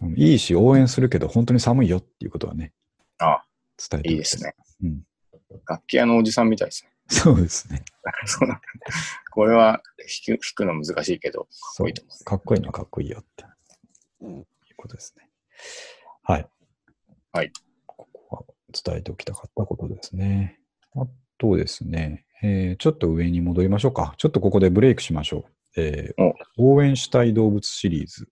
[SPEAKER 2] うんいいし、応援するけど、本当に寒いよっていうことはね、
[SPEAKER 1] あ
[SPEAKER 2] 伝えて
[SPEAKER 1] いいですね。
[SPEAKER 2] うん。
[SPEAKER 1] 楽器屋のおじさんみたいですね。
[SPEAKER 2] そうですね。
[SPEAKER 1] そうなんだこれは弾く弾くの難しいけど、
[SPEAKER 2] そ
[SPEAKER 1] こ
[SPEAKER 2] う
[SPEAKER 1] いいと思
[SPEAKER 2] かっこいいのはかっこいいよって、いうことですね。はい。
[SPEAKER 1] はい。
[SPEAKER 2] ここは伝えておきたかったことですね。あとですね、えーちょっと上に戻りましょうか。ちょっとここでブレイクしましょう。えー応援したい動物シリーズ。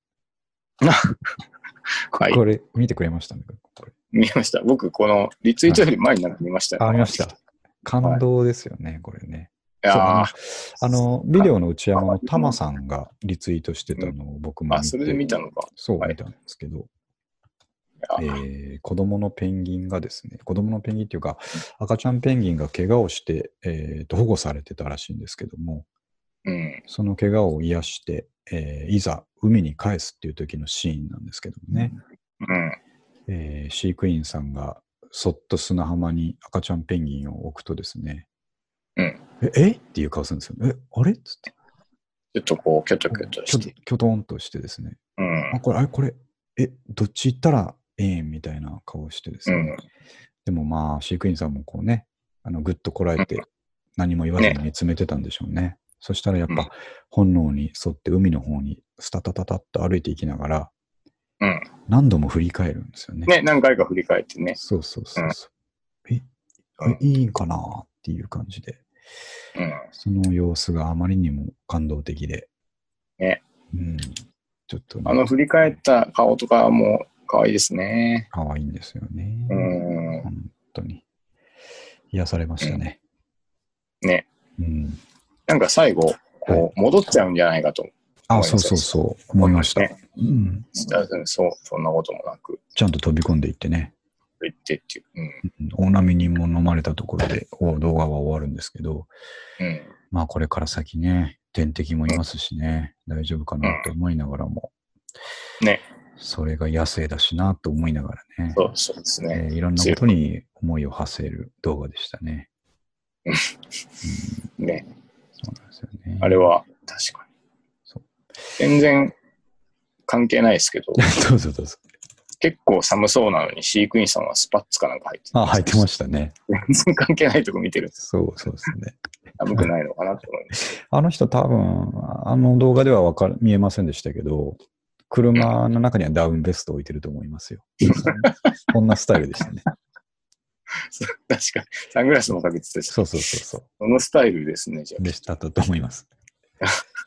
[SPEAKER 1] はい。
[SPEAKER 2] これ、見てくれましたね。これ
[SPEAKER 1] 見ました。僕、このリツイートより前になんか見ました、
[SPEAKER 2] あ、見ました。。感動ですよね、これね。
[SPEAKER 1] いやー
[SPEAKER 2] あの、ビデオの内山のタマさんがリツイートしてたのを僕も
[SPEAKER 1] あ、
[SPEAKER 2] 見
[SPEAKER 1] それで見
[SPEAKER 2] て、
[SPEAKER 1] たのか。
[SPEAKER 2] そう
[SPEAKER 1] はい
[SPEAKER 2] 見たんですけど、
[SPEAKER 1] いやー
[SPEAKER 2] えー子供のペンギンがですね、子供のペンギンっていうか、赤ちゃんペンギンが怪我をして、えーと保護されてたらしいんですけども、
[SPEAKER 1] うん。
[SPEAKER 2] その怪我を癒して、えーいざ海に返すっていう時のシーンなんですけどもね、
[SPEAKER 1] うん。
[SPEAKER 2] えー飼育員さんがそっと砂浜に赤ちゃんペンギンを置くとですね、
[SPEAKER 1] うん
[SPEAKER 2] ええっていう顔するんですよね。え、あれっつって、
[SPEAKER 1] ちょっとこう、キョトキョト
[SPEAKER 2] きょ
[SPEAKER 1] して。
[SPEAKER 2] きょとんとしてですね、
[SPEAKER 1] うん
[SPEAKER 2] あ、。これ、あれ、これ、え、どっち行ったらええんみたいな顔してですね。
[SPEAKER 1] うん
[SPEAKER 2] でもまあ、飼育員さんもこうね、あのぐっとこらえて、何も言わずに見つめてたんでしょうね。そしたらやっ
[SPEAKER 1] うん
[SPEAKER 2] ぱ、本能に沿って海の方にスタタタタッと歩いていきながら、
[SPEAKER 1] うん
[SPEAKER 2] 何度も振り返るんですよね。
[SPEAKER 1] ね、何回か振り返ってね。
[SPEAKER 2] そうそうそうそう。え、あ
[SPEAKER 1] う
[SPEAKER 2] れ
[SPEAKER 1] ん
[SPEAKER 2] いいんかなっていう感じで、
[SPEAKER 1] うん。
[SPEAKER 2] その様子があまりにも感動的で。
[SPEAKER 1] ね
[SPEAKER 2] うん。ちょっとね、
[SPEAKER 1] あの、振り返った顔とかも可愛いですね。
[SPEAKER 2] 可愛いんですよね。
[SPEAKER 1] うん。
[SPEAKER 2] 本当に。癒されましたね。
[SPEAKER 1] ね。
[SPEAKER 2] うん。
[SPEAKER 1] なんか最後、こう、戻っちゃうんじゃないかと
[SPEAKER 2] あ、
[SPEAKER 1] 思い
[SPEAKER 2] そ
[SPEAKER 1] ま
[SPEAKER 2] う
[SPEAKER 1] し
[SPEAKER 2] そ
[SPEAKER 1] た
[SPEAKER 2] うそう。思いました。
[SPEAKER 1] ね
[SPEAKER 2] うん。
[SPEAKER 1] そう、そんなこともなく、
[SPEAKER 2] ちゃんと飛び込んでいってね。
[SPEAKER 1] 言ってっていう。
[SPEAKER 2] うん大波にも飲まれたところでお動画は終わるんですけど、
[SPEAKER 1] うん。うん。
[SPEAKER 2] まあこれから先ね、天敵もいますしね、大丈夫かなと思いながらも。
[SPEAKER 1] ね。
[SPEAKER 2] それが野生だしなと思いながらね。
[SPEAKER 1] そうそうですね。
[SPEAKER 2] えーいろんなことに思いを馳せる動画でしたね。
[SPEAKER 1] うん
[SPEAKER 2] そうなん
[SPEAKER 1] ね。
[SPEAKER 2] ですよね。
[SPEAKER 1] あれは、確かに
[SPEAKER 2] そう。
[SPEAKER 1] 全然関係ないですけど、
[SPEAKER 2] どうぞどうぞ。
[SPEAKER 1] 結構寒そうなのに飼育員さんはスパッツかなんか入って
[SPEAKER 2] あ、入ってま
[SPEAKER 1] し
[SPEAKER 2] したね。
[SPEAKER 1] た。全然関係ないとこ見てる。
[SPEAKER 2] そうそうですね。
[SPEAKER 1] 寒くないのかなと思います。
[SPEAKER 2] あの人多分、あの動画ではわかる見えませんでしたけど、車の中にはダウンベストを置いてると思います よ。こんなスタイルでしたね。
[SPEAKER 1] 確かに。サングラスもかけてたし、
[SPEAKER 2] そうそうそうそ
[SPEAKER 1] そのスタイルですね、じゃ
[SPEAKER 2] う。でしただと思います。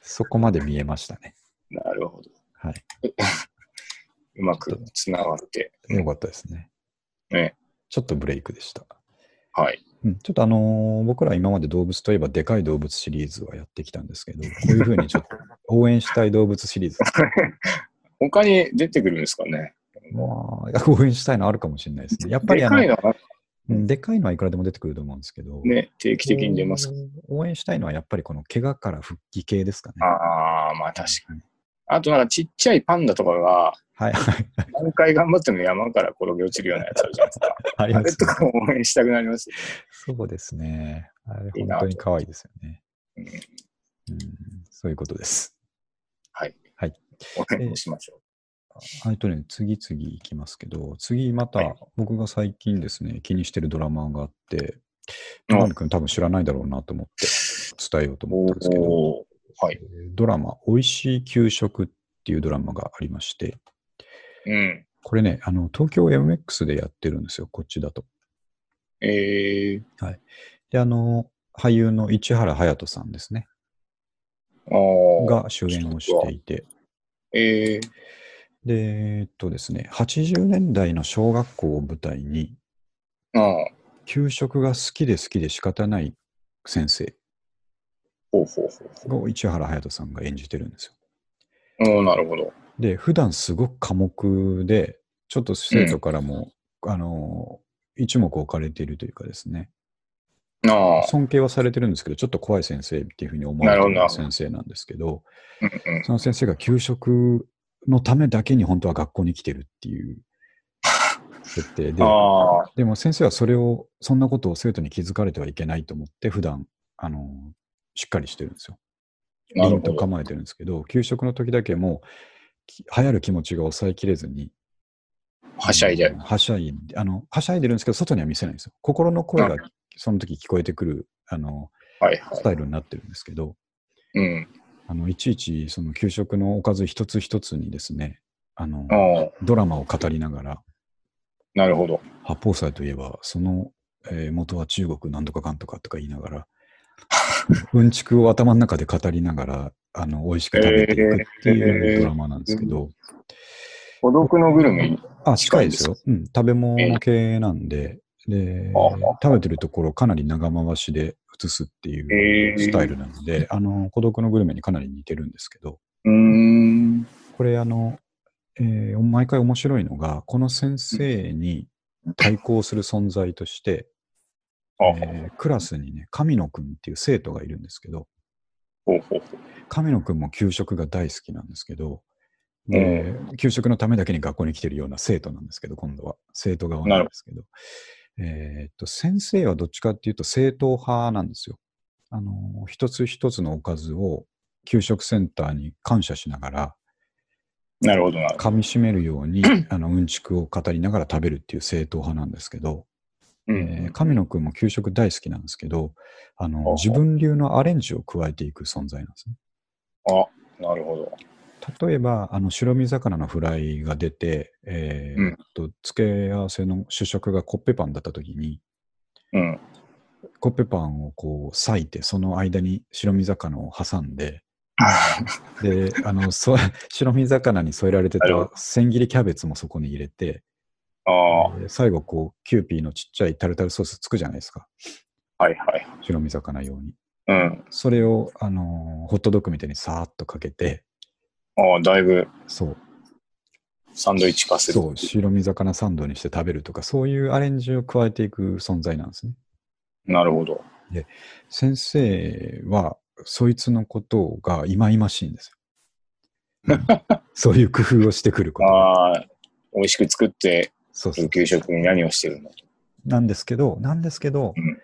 [SPEAKER 2] そこまで見えましたね。
[SPEAKER 1] あ。なるほど。
[SPEAKER 2] は
[SPEAKER 1] うまくつながって。
[SPEAKER 2] い。よかったですね。
[SPEAKER 1] ね。
[SPEAKER 2] ちょっとブレイクでした。
[SPEAKER 1] はい。
[SPEAKER 2] うん、ちょっとあのー僕ら今まで動物といえばでかい動物シリーズはやってきたんですけど、こういうふうにち ょっと応援したい動物シリーズ、
[SPEAKER 1] 他に出てくるんですかね。
[SPEAKER 2] まあ、応援したいのあるかもしれないですね。やっぱり
[SPEAKER 1] で
[SPEAKER 2] あの
[SPEAKER 1] かいのは
[SPEAKER 2] うんでかいのはいくらでも出てくると思うんですけど、
[SPEAKER 1] ね、定期的に出ます。
[SPEAKER 2] 応援したいのはやっぱりこの怪我から復帰系ですかね。
[SPEAKER 1] ああ、まあ確かに。
[SPEAKER 2] かに。
[SPEAKER 1] あとなんかちっちゃいパンダとか が
[SPEAKER 2] はいはい。
[SPEAKER 1] 何回頑張っても山から転げ落ちるようなやつあるじゃないです か。
[SPEAKER 2] あり
[SPEAKER 1] あ
[SPEAKER 2] ま
[SPEAKER 1] れ
[SPEAKER 2] す
[SPEAKER 1] と
[SPEAKER 2] ね
[SPEAKER 1] かも応援したくなります。
[SPEAKER 2] そうですね。あれ
[SPEAKER 1] いい
[SPEAKER 2] 本
[SPEAKER 1] な
[SPEAKER 2] 当に可愛いですよね。
[SPEAKER 1] うん
[SPEAKER 2] うん、そういうことです。
[SPEAKER 1] はい。
[SPEAKER 2] はい。
[SPEAKER 1] 応援しましょう。
[SPEAKER 2] あえっとね、次々いきますけど、次ま
[SPEAKER 1] はい
[SPEAKER 2] た僕が最近ですね、気にしてるドラマがあって、
[SPEAKER 1] うん
[SPEAKER 2] マル君多分知らないだろうなと思って伝えようと思ったんですけど、
[SPEAKER 1] おーはい。
[SPEAKER 2] ドラマ、美味しい給食っていうドラマがありまして、
[SPEAKER 1] うん。
[SPEAKER 2] これね、あの、東京 MX でやってるんですよ、こっちだと。
[SPEAKER 1] えー、
[SPEAKER 2] で、あの、俳優の市原隼人さんですね、
[SPEAKER 1] あー
[SPEAKER 2] が主演をしていて、
[SPEAKER 1] えー、
[SPEAKER 2] で、えっとですね、80年代の小学校を舞台に、
[SPEAKER 1] あー
[SPEAKER 2] 給食が好きで好きで仕方ない先生
[SPEAKER 1] ほうほうほうほ
[SPEAKER 2] を市原隼人さんが演じてるんですよ。
[SPEAKER 1] う。おーなるほど。
[SPEAKER 2] で、普段すごく寡黙で、ちょっと生徒からも、あの、一目置かれているというかですね、
[SPEAKER 1] ああ、
[SPEAKER 2] 尊敬はされてるんですけど、ちょっと怖い先生っていうふうに思われて
[SPEAKER 1] なる
[SPEAKER 2] る
[SPEAKER 1] ほ
[SPEAKER 2] 先生なんですけど、
[SPEAKER 1] うんうん。
[SPEAKER 2] その先生が給食のためだけに本当は学校に来てるっていう設定で、
[SPEAKER 1] ああ、
[SPEAKER 2] でも先生はそれを、そんなことを生徒に気づかれてはいけないと思って、普段、あの、しっかりしてるんですよ。
[SPEAKER 1] なる
[SPEAKER 2] 凛
[SPEAKER 1] ほ
[SPEAKER 2] と
[SPEAKER 1] ど。
[SPEAKER 2] 構えてるんですけど、給食の時だけもう、き流行る気持ちが抑えきれずに、
[SPEAKER 1] はしゃいじゃ
[SPEAKER 2] あの
[SPEAKER 1] う。
[SPEAKER 2] はしゃいあの。はしゃいでるんですけど、外には見せないんですよ。心の声が
[SPEAKER 1] うん
[SPEAKER 2] その時聞こえてくる、あの、
[SPEAKER 1] はいは
[SPEAKER 2] ス
[SPEAKER 1] い。
[SPEAKER 2] タイルになってるんですけど、
[SPEAKER 1] うん。
[SPEAKER 2] あの、いちいち、その給食のおかず一つ一つにですね、あの、
[SPEAKER 1] ああ、
[SPEAKER 2] ドラマを語りながら、
[SPEAKER 1] なるほど。
[SPEAKER 2] 八宝菜といえば、その、えー元は中国なんとかかんとかとか言いなが ら、うんちくを頭の中で語りながら、あの、美味しく食べていくってい
[SPEAKER 1] え
[SPEAKER 2] う
[SPEAKER 1] ー
[SPEAKER 2] ドラマなんですけど、
[SPEAKER 1] 孤独のグルメに。
[SPEAKER 2] あ、近いですよ。うん、食べ物系なんで、で
[SPEAKER 1] あ、
[SPEAKER 2] 食べてるところかなり長回しで映すっていう
[SPEAKER 1] ええ
[SPEAKER 2] スタイルなので、あの、孤独のグルメにかなり似てるんですけど、
[SPEAKER 1] うーん。
[SPEAKER 2] これあの、えー毎回面白いのが、この先生に対抗する存在として、
[SPEAKER 1] あ、
[SPEAKER 2] えークラスにね、神野くんっていう生徒がいるんですけど、
[SPEAKER 1] ほうほうほう。
[SPEAKER 2] 神野くんも給食が大好きなんですけど、で給食のためだけに学校に来てるような生徒なんですけど、今度は生徒側なんですけど、えーっと、先生はどっちかっていうと正統派なんですよ。あのー、一つ一つのおかずを給食センターに感謝しながら、
[SPEAKER 1] なるほどなるほど。
[SPEAKER 2] 噛み締めるよう に、あの、うんちくを語りながら食べるっていう正統派なんですけど、
[SPEAKER 1] う
[SPEAKER 2] えー
[SPEAKER 1] ん。
[SPEAKER 2] 神野くんも給食大好きなんですけど、あの、
[SPEAKER 1] ほう
[SPEAKER 2] 自分流のアレンジを加えていく存在なんですね。
[SPEAKER 1] あ、なるほど。
[SPEAKER 2] 例えば、あの、白身魚のフライが出て、えー
[SPEAKER 1] うん
[SPEAKER 2] と、付け合わせの主食がコッペパンだった時に、
[SPEAKER 1] うん。
[SPEAKER 2] コッペパンをこう裂いて、その間に白身魚を挟んで、で、あ の、そ白身魚に添えられてた
[SPEAKER 1] なるほ
[SPEAKER 2] 千切りキャベツもそこに入れて、
[SPEAKER 1] ああ、は
[SPEAKER 2] で最後こう、キューピーのちっちゃいタルタルソースつくじゃないですか。
[SPEAKER 1] いはい。
[SPEAKER 2] 白身魚用に。
[SPEAKER 1] うん。
[SPEAKER 2] それを、あのーホットドッグみたいにさーっとかけて、
[SPEAKER 1] ああ、だいぶ
[SPEAKER 2] そう、
[SPEAKER 1] サンドイッチ化する
[SPEAKER 2] そ。う、白身魚サンドにして食べるとか、そういうアレンジを加えていく存在なんですね。
[SPEAKER 1] なるほど。
[SPEAKER 2] 先生は、そいつのことが忌々しいんです よ。そういう工夫をしてくることが。
[SPEAKER 1] ああ、美味しく作って、
[SPEAKER 2] そうそう。
[SPEAKER 1] 給食に何をしてるの
[SPEAKER 2] なんですけど、なんですけど、
[SPEAKER 1] うん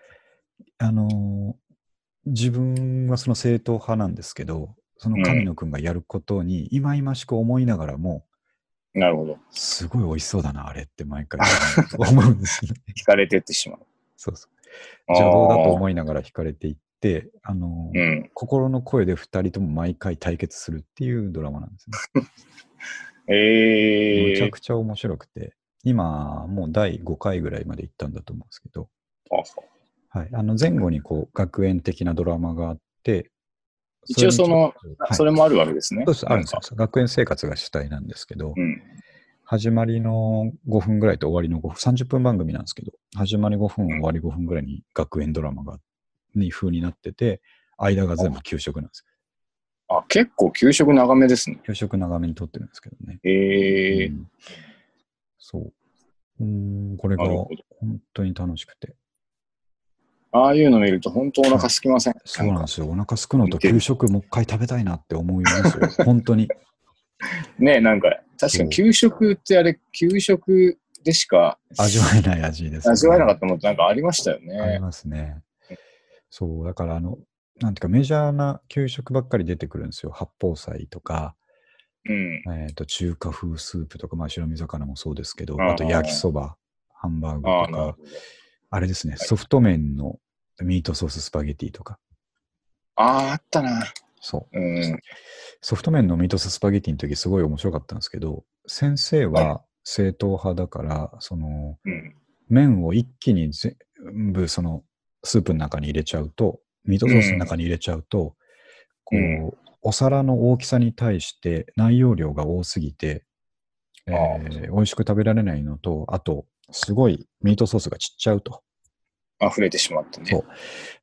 [SPEAKER 2] あのー自分はその正統派なんですけど、その神野くんがやることに、忌々しく思いながらも、
[SPEAKER 1] なるほど。
[SPEAKER 2] すごい美味しそうだな、あれって毎回 思うんですね。
[SPEAKER 1] 惹かれてってしまう。
[SPEAKER 2] そうそう。邪道だと
[SPEAKER 1] ああ
[SPEAKER 2] 思いながら惹かれていって、あのー、
[SPEAKER 1] うん。
[SPEAKER 2] 心の声で二人とも毎回対決するっていうドラマなんですね。
[SPEAKER 1] え
[SPEAKER 2] めち
[SPEAKER 1] え
[SPEAKER 2] ゃくちゃ面白くて、今、もう第5回ぐらいまで行ったんだと思うんですけど、
[SPEAKER 1] あそう
[SPEAKER 2] はい、あの前後にこう学園的なドラマがあって、
[SPEAKER 1] 一応その
[SPEAKER 2] れにちょっと、はい、
[SPEAKER 1] それもあるわけですね。
[SPEAKER 2] そうです、あるんです
[SPEAKER 1] な
[SPEAKER 2] よ
[SPEAKER 1] か。
[SPEAKER 2] 学園生活が主体なんですけど、
[SPEAKER 1] うん。
[SPEAKER 2] 始まりの5分ぐらいと終わりの5分、30分番組なんですけど、始まり5分、終わり5分ぐらいに学園ドラマが、に風になってて、間が全部給食なんですよ。
[SPEAKER 1] あ、結構給食長めですね。
[SPEAKER 2] 給食長めに撮ってるんですけどね。
[SPEAKER 1] ええ
[SPEAKER 2] うんそう。うーん、これが
[SPEAKER 1] なるほど。
[SPEAKER 2] 本当に楽しくて。
[SPEAKER 1] ああいうの見ると本当お腹空きません。
[SPEAKER 2] そうなん
[SPEAKER 1] か
[SPEAKER 2] ですよ。お腹すくのと
[SPEAKER 1] 似てる
[SPEAKER 2] 給食もう一回食べたいなって思います よ。本当に。
[SPEAKER 1] ねなんか、確かに給食ってあれ、給食でしか
[SPEAKER 2] 味わえない味です、
[SPEAKER 1] 味わえなかったものってなんかありましたよ
[SPEAKER 2] あり
[SPEAKER 1] ね。
[SPEAKER 2] ますね。そう、だからあの、なんていうかメジャーな給食ばっかり出てくるんですよ。八宝菜とか、
[SPEAKER 1] うん。
[SPEAKER 2] えっ、と、中華風スープとか、まあ、白身魚もそうですけど、
[SPEAKER 1] あー
[SPEAKER 2] あと焼きそば、ハンバーグ
[SPEAKER 1] ああ、
[SPEAKER 2] と
[SPEAKER 1] なる
[SPEAKER 2] か
[SPEAKER 1] ほ、ど。
[SPEAKER 2] あれですね、ソフト麺のミートソーススパゲティとか、
[SPEAKER 1] ああ、あったな。
[SPEAKER 2] そう。
[SPEAKER 1] うん。
[SPEAKER 2] ソフト麺のミートソーススパゲティの時すごい面白かったんですけど、先生は正統派だから、その
[SPEAKER 1] うん。
[SPEAKER 2] 麺を一気に全部そのスープの中に入れちゃうと、ミートソースの中に入れちゃうと、
[SPEAKER 1] うん
[SPEAKER 2] こう、お皿の大きさに対して内容量が多すぎて、え
[SPEAKER 1] あ
[SPEAKER 2] ー美味しく食べられないのと、あと、すごいミートソースが散っちゃうと。
[SPEAKER 1] 溢れてしまったね。
[SPEAKER 2] そう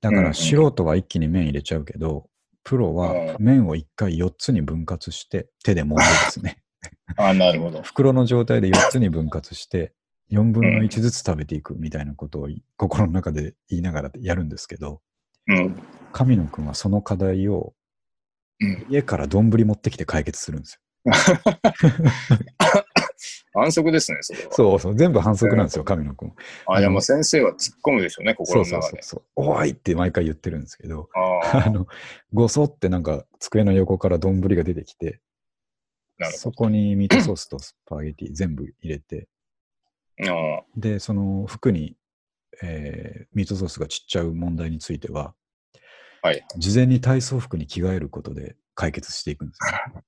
[SPEAKER 2] だか
[SPEAKER 1] うんう
[SPEAKER 2] ら
[SPEAKER 1] ん
[SPEAKER 2] 素人は一気に麺入れちゃうけど、プロは麺を一回4つに分割して、手で揉んでですね。
[SPEAKER 1] ああ、なるほど。
[SPEAKER 2] 袋の状態で4つに分割して、4分の1ずつ食べていくみたいなことをい心の中で言いながらやるんですけど、
[SPEAKER 1] うん。
[SPEAKER 2] 神野くんはその課題を
[SPEAKER 1] うん
[SPEAKER 2] 家から丼持ってきて解決するんですよ。
[SPEAKER 1] 反則ですね、それは。
[SPEAKER 2] そうそう、全部反則なんですよ、神野くん。
[SPEAKER 1] あ、じゃあもう先生は突っ込むでしょうね、
[SPEAKER 2] そ
[SPEAKER 1] 心
[SPEAKER 2] う
[SPEAKER 1] の
[SPEAKER 2] そう
[SPEAKER 1] 中
[SPEAKER 2] そう
[SPEAKER 1] で。
[SPEAKER 2] そう。おいって毎回言ってるんですけど、
[SPEAKER 1] あ
[SPEAKER 2] あ
[SPEAKER 1] あ、
[SPEAKER 2] の、ごそってなんか机の横から丼が出てきて、
[SPEAKER 1] なる
[SPEAKER 2] そこにミートソースとスパゲティ全部入れて、
[SPEAKER 1] ほど。ああ
[SPEAKER 2] で、その服に、えーミートソースが散っちゃう問題については、
[SPEAKER 1] はい
[SPEAKER 2] 事前に体操服に着替えることで解決していくんですよ。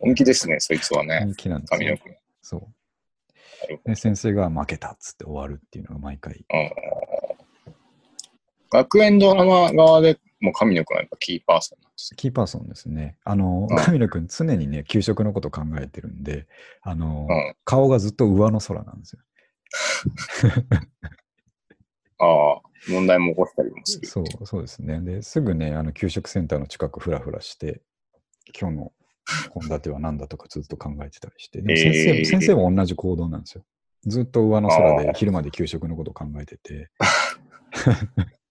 [SPEAKER 1] 本気ですね、そいつはね。
[SPEAKER 2] 人気なんです
[SPEAKER 1] 神
[SPEAKER 2] よ
[SPEAKER 1] 野。君。
[SPEAKER 2] そう。で、先生が負けたっつって終わるっていうのが毎回。
[SPEAKER 1] うん学園ドラマ側でもう神野君はやっぱキーパーソンなんです
[SPEAKER 2] キーパーソンですね。あの
[SPEAKER 1] うん、
[SPEAKER 2] 神野くん常にね、給食のこと考えてるんで、あの、
[SPEAKER 1] うん
[SPEAKER 2] 顔がずっと上の空なんですよ。
[SPEAKER 1] よ。ああ、問題も起こしたりもする。
[SPEAKER 2] そう、そうですね。で、すぐね、あの、給食センターの近くふらふらして、今日の献立は何だとかずっと考えてたりして、でも先生、
[SPEAKER 1] えー
[SPEAKER 2] 先生も同じ行動なんですよ。ずっと上の空で昼まで給食のこと考えてて、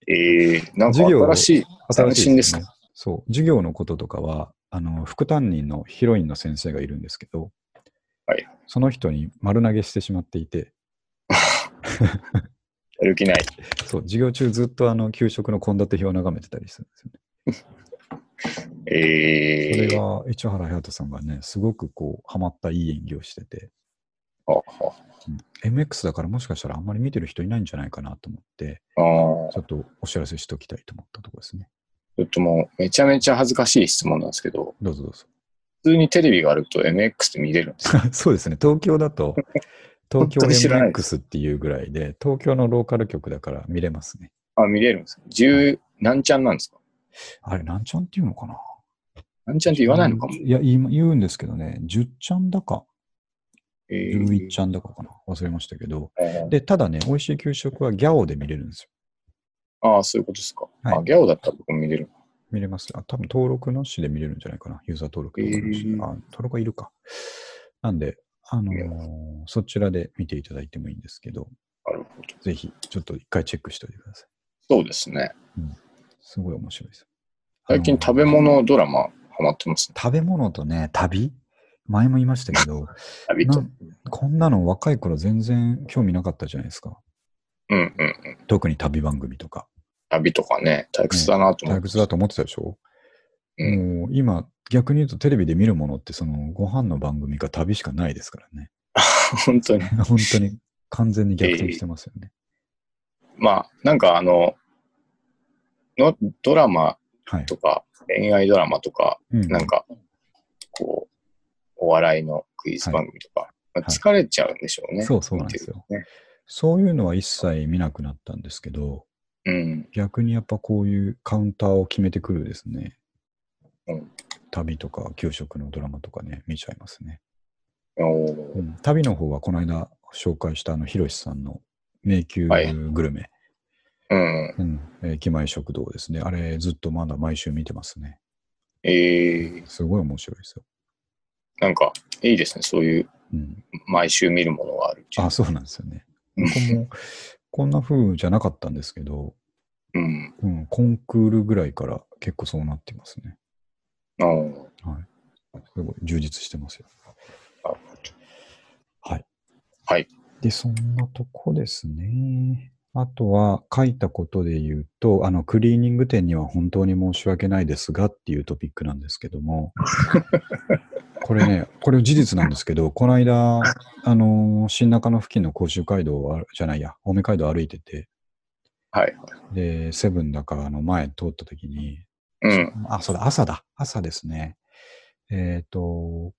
[SPEAKER 1] ええなんか
[SPEAKER 2] 授業を
[SPEAKER 1] 新しい、
[SPEAKER 2] 新しいですよ
[SPEAKER 1] 斬新です
[SPEAKER 2] ね。そう、授業のこととかは、あの、副担任のヒロインの先生がいるんですけど、
[SPEAKER 1] はい
[SPEAKER 2] その人に丸投げしてしまっていて、
[SPEAKER 1] やる気ない。
[SPEAKER 2] そう、授業中ずっとあの、給食の献立表を眺めてたりするんですよね。そ
[SPEAKER 1] え
[SPEAKER 2] れ
[SPEAKER 1] え
[SPEAKER 2] が市原隼人さんがね、すごくこう、ハマったいい演技をしてて、
[SPEAKER 1] ああ
[SPEAKER 2] MX だからもしかしたらあんまり見てる人いないんじゃないかなと思って、
[SPEAKER 1] ああ、
[SPEAKER 2] ちょっとお知らせしておきたいと思ったところですね。
[SPEAKER 1] ちょっともうめちゃめちゃ恥ずかしい質問なんですけど、
[SPEAKER 2] どうぞどう ぞ。
[SPEAKER 1] 普通にテレビがあると MX って見れるん ですか
[SPEAKER 2] そうですね、東京だと、東京
[SPEAKER 1] 本当に知らないで
[SPEAKER 2] MX っていうぐらいで、東京のローカル局だから見れますね。
[SPEAKER 1] あ、見れるんですか十何ちゃんなんですか
[SPEAKER 2] あれ、なんちゃんっていうのかな
[SPEAKER 1] 何ちゃんって言わないのかも。
[SPEAKER 2] いや、今言うんですけどね、10ちゃんだか、
[SPEAKER 1] ええ
[SPEAKER 2] 11ちゃんだかかな。忘れましたけど。
[SPEAKER 1] あ
[SPEAKER 2] で、ただね、美味しい給食はギャオで見れるんですよ。
[SPEAKER 1] ああ、そういうことですか。
[SPEAKER 2] はい
[SPEAKER 1] あ、ギャオだったら僕も見れる。
[SPEAKER 2] 見れます。あ、多分登録なしで見れるんじゃないかな。ユーザー登録とかなしで
[SPEAKER 1] えー
[SPEAKER 2] あ、登録はいるか。なんで、あのー
[SPEAKER 1] 見れ
[SPEAKER 2] そちらで見ていただいてもいいんですけど、
[SPEAKER 1] なるほど。
[SPEAKER 2] ぜひ、ちょっと一回チェックしておいてください。
[SPEAKER 1] そうですね。
[SPEAKER 2] すごい面白いです。
[SPEAKER 1] 最近
[SPEAKER 2] あのー
[SPEAKER 1] 食べ物ドラマハマってますね。
[SPEAKER 2] 食べ物とね、旅前も言いましたけ ど、
[SPEAKER 1] 旅と。
[SPEAKER 2] なんこんなの若い頃全然興味なかったじゃないですか。
[SPEAKER 1] うんうん。
[SPEAKER 2] 特に旅番組とか。
[SPEAKER 1] 旅とかね、退屈だなと思っ
[SPEAKER 2] 退
[SPEAKER 1] て。
[SPEAKER 2] 屈だと思ってたでしょ、
[SPEAKER 1] うん
[SPEAKER 2] もう今、逆に言うとテレビで見るものって、そのご飯の番組か旅しかないですからね。
[SPEAKER 1] 本当 に。
[SPEAKER 2] 本当に完全に逆転してますよね。
[SPEAKER 1] まあ、なんかあの、のドラマ
[SPEAKER 2] はい。
[SPEAKER 1] とか、恋愛ドラマとか、
[SPEAKER 2] う
[SPEAKER 1] なんか、こう、お笑いのクイズ番組とか、まあ
[SPEAKER 2] はい
[SPEAKER 1] 疲れちゃうんでしょうね。
[SPEAKER 2] そうそうなんですよ
[SPEAKER 1] 見てる
[SPEAKER 2] そういうのは一切見なくなったんですけど、
[SPEAKER 1] とね。
[SPEAKER 2] 逆にやっぱこういうカウンターを決めてくるですね。
[SPEAKER 1] うん
[SPEAKER 2] 旅とか給食のドラマとかね、見ちゃいますね。
[SPEAKER 1] うん。おー
[SPEAKER 2] うん旅の方はこの間紹介したあの、ひろしさんの迷宮
[SPEAKER 1] はい
[SPEAKER 2] グルメ、
[SPEAKER 1] うん。
[SPEAKER 2] うんえー駅前食堂ですね。あれ、ずっとまだ毎週見てますね。
[SPEAKER 1] えー、
[SPEAKER 2] すごい面白いですよ。
[SPEAKER 1] なんか、いいですね。そういう、
[SPEAKER 2] うん、
[SPEAKER 1] 毎週見るものがあるっていう
[SPEAKER 2] あ、そうなんですよね。
[SPEAKER 1] う
[SPEAKER 2] こ
[SPEAKER 1] ん
[SPEAKER 2] こも、こんな風じゃなかったんですけど、
[SPEAKER 1] うん。
[SPEAKER 2] うん、コンクールぐらいから結構そうなってますね。
[SPEAKER 1] あー
[SPEAKER 2] すごい充実してますよ。
[SPEAKER 1] なるほ
[SPEAKER 2] はい。
[SPEAKER 1] はい。
[SPEAKER 2] で、そんなとこですね。あとは、書いたことで言うと、あの、クリーニング店には本当に申し訳ないですがっていうトピックなんですけども、これね、これ事実なんですけど、この間、あの、新中野付近の甲州街道をあじゃないや、青梅街道を歩いてて、
[SPEAKER 1] はい。
[SPEAKER 2] で、セブンだからの前通った時に、
[SPEAKER 1] うん。
[SPEAKER 2] あ、そうだ、朝だ。朝ですね。えっ、と、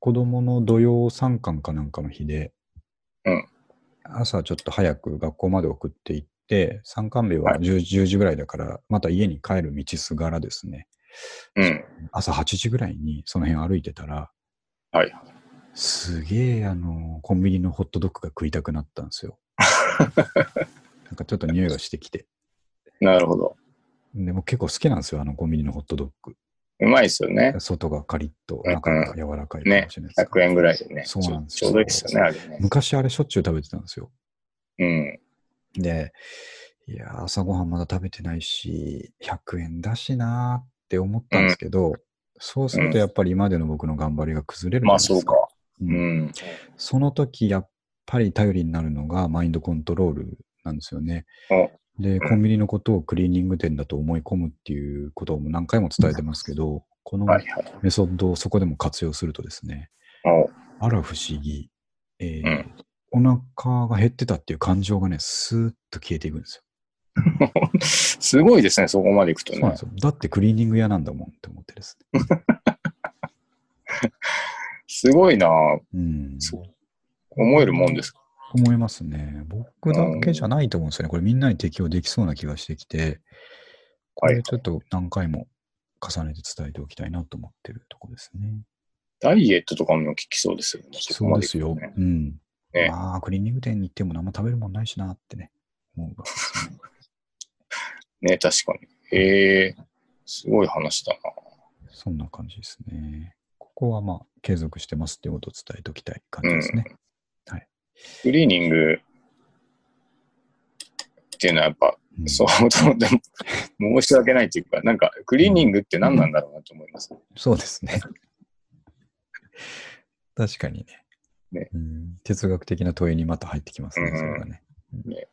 [SPEAKER 2] 子供の土曜参観かなんかの日で、
[SPEAKER 1] うん
[SPEAKER 2] 朝ちょっと早く学校まで送って行って、参観日は
[SPEAKER 1] はい
[SPEAKER 2] 10,、10時ぐらいだから、また家に帰る道すがらですね、
[SPEAKER 1] うん。
[SPEAKER 2] 朝8時ぐらいにその辺歩いてたら、
[SPEAKER 1] はい。
[SPEAKER 2] すげえ、あの、コンビニのホットドッグが食いたくなったんです よ。なんかちょっと匂いがしてきて。
[SPEAKER 1] なるほど。
[SPEAKER 2] でも結構好きなんですよ、あのコンビニのホットドッグ。
[SPEAKER 1] うまいですよね。
[SPEAKER 2] 外がカリッと、
[SPEAKER 1] うん
[SPEAKER 2] 中が柔らかいかもしれないですけど
[SPEAKER 1] 100円ぐらいでね。
[SPEAKER 2] そうなんです
[SPEAKER 1] ちょ
[SPEAKER 2] よ
[SPEAKER 1] うどいいですよね、あれね。
[SPEAKER 2] 昔あれしょっちゅう食べてたんですよ。
[SPEAKER 1] うん。
[SPEAKER 2] で、いやー、朝ごはんまだ食べてないし、100円だしなーって思ったんですけど、そうするとやっぱり今までの僕の頑張りが崩れるじゃな
[SPEAKER 1] まあ
[SPEAKER 2] いです
[SPEAKER 1] そうか。う
[SPEAKER 2] うん
[SPEAKER 1] ん。
[SPEAKER 2] その時やっぱり頼りになるのがマインドコントロールなんですよね。で、
[SPEAKER 1] うん
[SPEAKER 2] コンビニのことをクリーニング店だと思い込むっていうことをもう何回も伝えてますけど、この
[SPEAKER 1] はいはい。
[SPEAKER 2] メソッドをそこでも活用するとですね、
[SPEAKER 1] お
[SPEAKER 2] あら不思議、え
[SPEAKER 1] う
[SPEAKER 2] ー
[SPEAKER 1] ん
[SPEAKER 2] お腹が減ってたっていう感情がね、スーッと消えていくんですよ。
[SPEAKER 1] すごいですね、そこまでいくと
[SPEAKER 2] そうなん
[SPEAKER 1] ね
[SPEAKER 2] です。よ。だってクリーニング屋なんだもんって思ってですね。
[SPEAKER 1] すごいな
[SPEAKER 2] うん、
[SPEAKER 1] そう思えるもんです。
[SPEAKER 2] 思いますね。僕だけじゃないと思うんですよね。これみんなに適用できそうな気がしてきて、こ
[SPEAKER 1] はい
[SPEAKER 2] れちょっと何回も重ねて伝えておきたいなと思ってるとこですね。
[SPEAKER 1] ダイエットとかも効きそうですよね。
[SPEAKER 2] き
[SPEAKER 1] こ
[SPEAKER 2] そう
[SPEAKER 1] ま
[SPEAKER 2] です
[SPEAKER 1] いくと
[SPEAKER 2] よ。
[SPEAKER 1] ね
[SPEAKER 2] うん。
[SPEAKER 1] ね
[SPEAKER 2] まあ、クリーニング店に行っても何も食べるもんないしなってね。思うわ
[SPEAKER 1] ね、確かに。へえ、すごい話だ
[SPEAKER 2] そんな感じですね。ここはまあ、継続してますっていうことを伝えておきたい感じですね。
[SPEAKER 1] な。クリーニングっていうのはやっぱ、
[SPEAKER 2] うん
[SPEAKER 1] そう、でも申し訳ないっていうか、なんか、クリーニングって何なんだろうなと思います。
[SPEAKER 2] そうです ね。確かにね
[SPEAKER 1] ね
[SPEAKER 2] うん。哲学的な問いにまた入ってきますね、それがね。
[SPEAKER 1] なる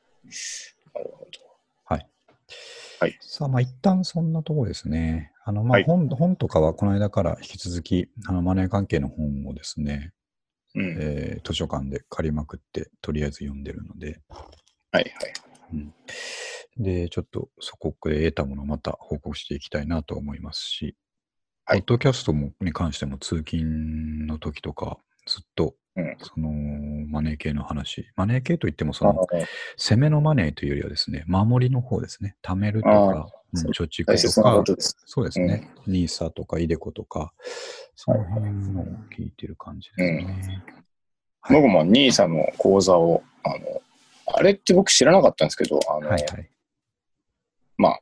[SPEAKER 1] ほど。
[SPEAKER 2] さあ、まあ一旦そんなところですね。あの、ま
[SPEAKER 1] は
[SPEAKER 2] あ
[SPEAKER 1] い
[SPEAKER 2] 本,、本とかはこの間から引き続き、あのマネー関係の本をですね、
[SPEAKER 1] うん。はい
[SPEAKER 2] えー図書館で借りまくって、とりあえず読んでるので、
[SPEAKER 1] はい。
[SPEAKER 2] で、ちょっとそこで得たものをまた報告していきたいなと思いますし、
[SPEAKER 1] はい
[SPEAKER 2] ポッドキャストもに関しても通勤の時とか、ずっと、
[SPEAKER 1] うん
[SPEAKER 2] その、マネー系の話。マネー系といっても、そ
[SPEAKER 1] あ
[SPEAKER 2] の、
[SPEAKER 1] の
[SPEAKER 2] 攻めのマネーというよりはですね、守りの方ですね。貯めると
[SPEAKER 1] あ
[SPEAKER 2] か、うん
[SPEAKER 1] そう
[SPEAKER 2] 貯蓄と
[SPEAKER 1] 大切な
[SPEAKER 2] か
[SPEAKER 1] こ、とです。
[SPEAKER 2] そうですね。ニーサとか、イデコとか、その辺のを聞いてる感じですね。はい
[SPEAKER 1] 僕も兄さんの講座を、あの、あれって僕知らなかったんですけど、あの、
[SPEAKER 2] はいはい。
[SPEAKER 1] まあ、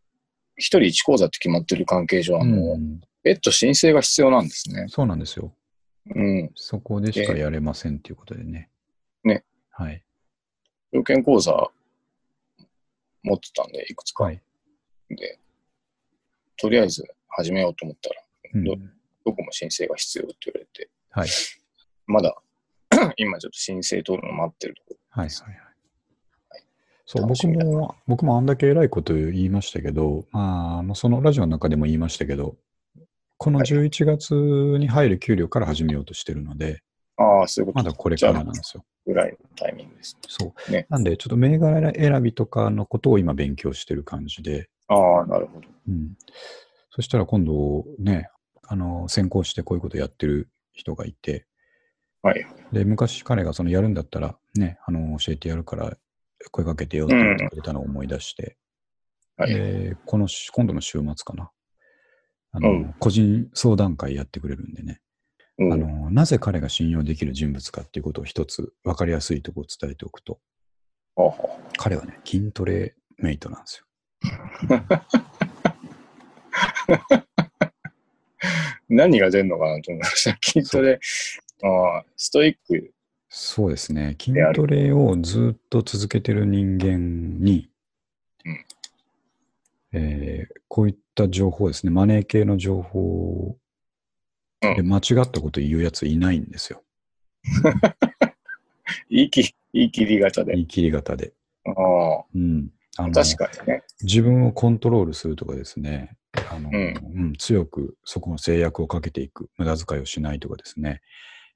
[SPEAKER 1] 一人一講座って決まってる関係上、あの、
[SPEAKER 2] うん
[SPEAKER 1] 別途申請が必要なんですね。
[SPEAKER 2] そうなんですよ。
[SPEAKER 1] うん。
[SPEAKER 2] そこでしかやれませんということでね。
[SPEAKER 1] ね。
[SPEAKER 2] はい。
[SPEAKER 1] 条件講座持ってたんで、いくつか。
[SPEAKER 2] はい。
[SPEAKER 1] で、とりあえず始めようと思ったら、
[SPEAKER 2] うん
[SPEAKER 1] どどこも申請が必要って言われて、
[SPEAKER 2] はい。
[SPEAKER 1] まだ 今ちょっと申請取るの待ってるところ。
[SPEAKER 2] はいはいはい。そう、
[SPEAKER 1] 楽し
[SPEAKER 2] 僕
[SPEAKER 1] みだ
[SPEAKER 2] も、僕もあんだけ偉いこと言いましたけど、まああの、そのラジオの中でも言いましたけど、この
[SPEAKER 1] はい
[SPEAKER 2] 11月に入る給料から始めようとしてるので、
[SPEAKER 1] ああ、そういうこ
[SPEAKER 2] ま
[SPEAKER 1] と
[SPEAKER 2] だこれからなんですよ。
[SPEAKER 1] ぐらいのタイミングです。
[SPEAKER 2] そう。
[SPEAKER 1] ね
[SPEAKER 2] なんで、ちょっと銘柄選びとかのことを今勉強してる感じで、
[SPEAKER 1] ああ、なるほど。
[SPEAKER 2] うん。そしたら今度ね、あの、先行してこういうことやってる人がいて、
[SPEAKER 1] はい。
[SPEAKER 2] で、昔彼がそのやるんだったら、ね、あの、教えてやるから声かけてよって言ってくれたのを思い出して、
[SPEAKER 1] はい。
[SPEAKER 2] で、このし、今度の週末かな。あの、
[SPEAKER 1] うん
[SPEAKER 2] 個人相談会やってくれるんでね、
[SPEAKER 1] うん
[SPEAKER 2] あの、なぜ彼が信用できる人物かっていうことを一つ分かりやすいところを伝えておくと、
[SPEAKER 1] はあは
[SPEAKER 2] 彼はね、筋トレメイトなんですよ。
[SPEAKER 1] あ何が出るのかなと思いま した。筋トレ、ああ、ストイック。
[SPEAKER 2] そうですね。筋
[SPEAKER 1] である
[SPEAKER 2] トレをずっと続けてる人間に、
[SPEAKER 1] うん
[SPEAKER 2] えーこういった情報ですね、マネー系の情報
[SPEAKER 1] うん
[SPEAKER 2] で間違ったこと言うやついないんですよ。
[SPEAKER 1] 言い切言い切り型で
[SPEAKER 2] 言。い切り型で。
[SPEAKER 1] ああ、
[SPEAKER 2] うん。あの
[SPEAKER 1] 確かにね。
[SPEAKER 2] 自分をコントロールするとかですね、あの
[SPEAKER 1] うん
[SPEAKER 2] うん強くそこの制約をかけていく、無駄遣いをしないとかですね、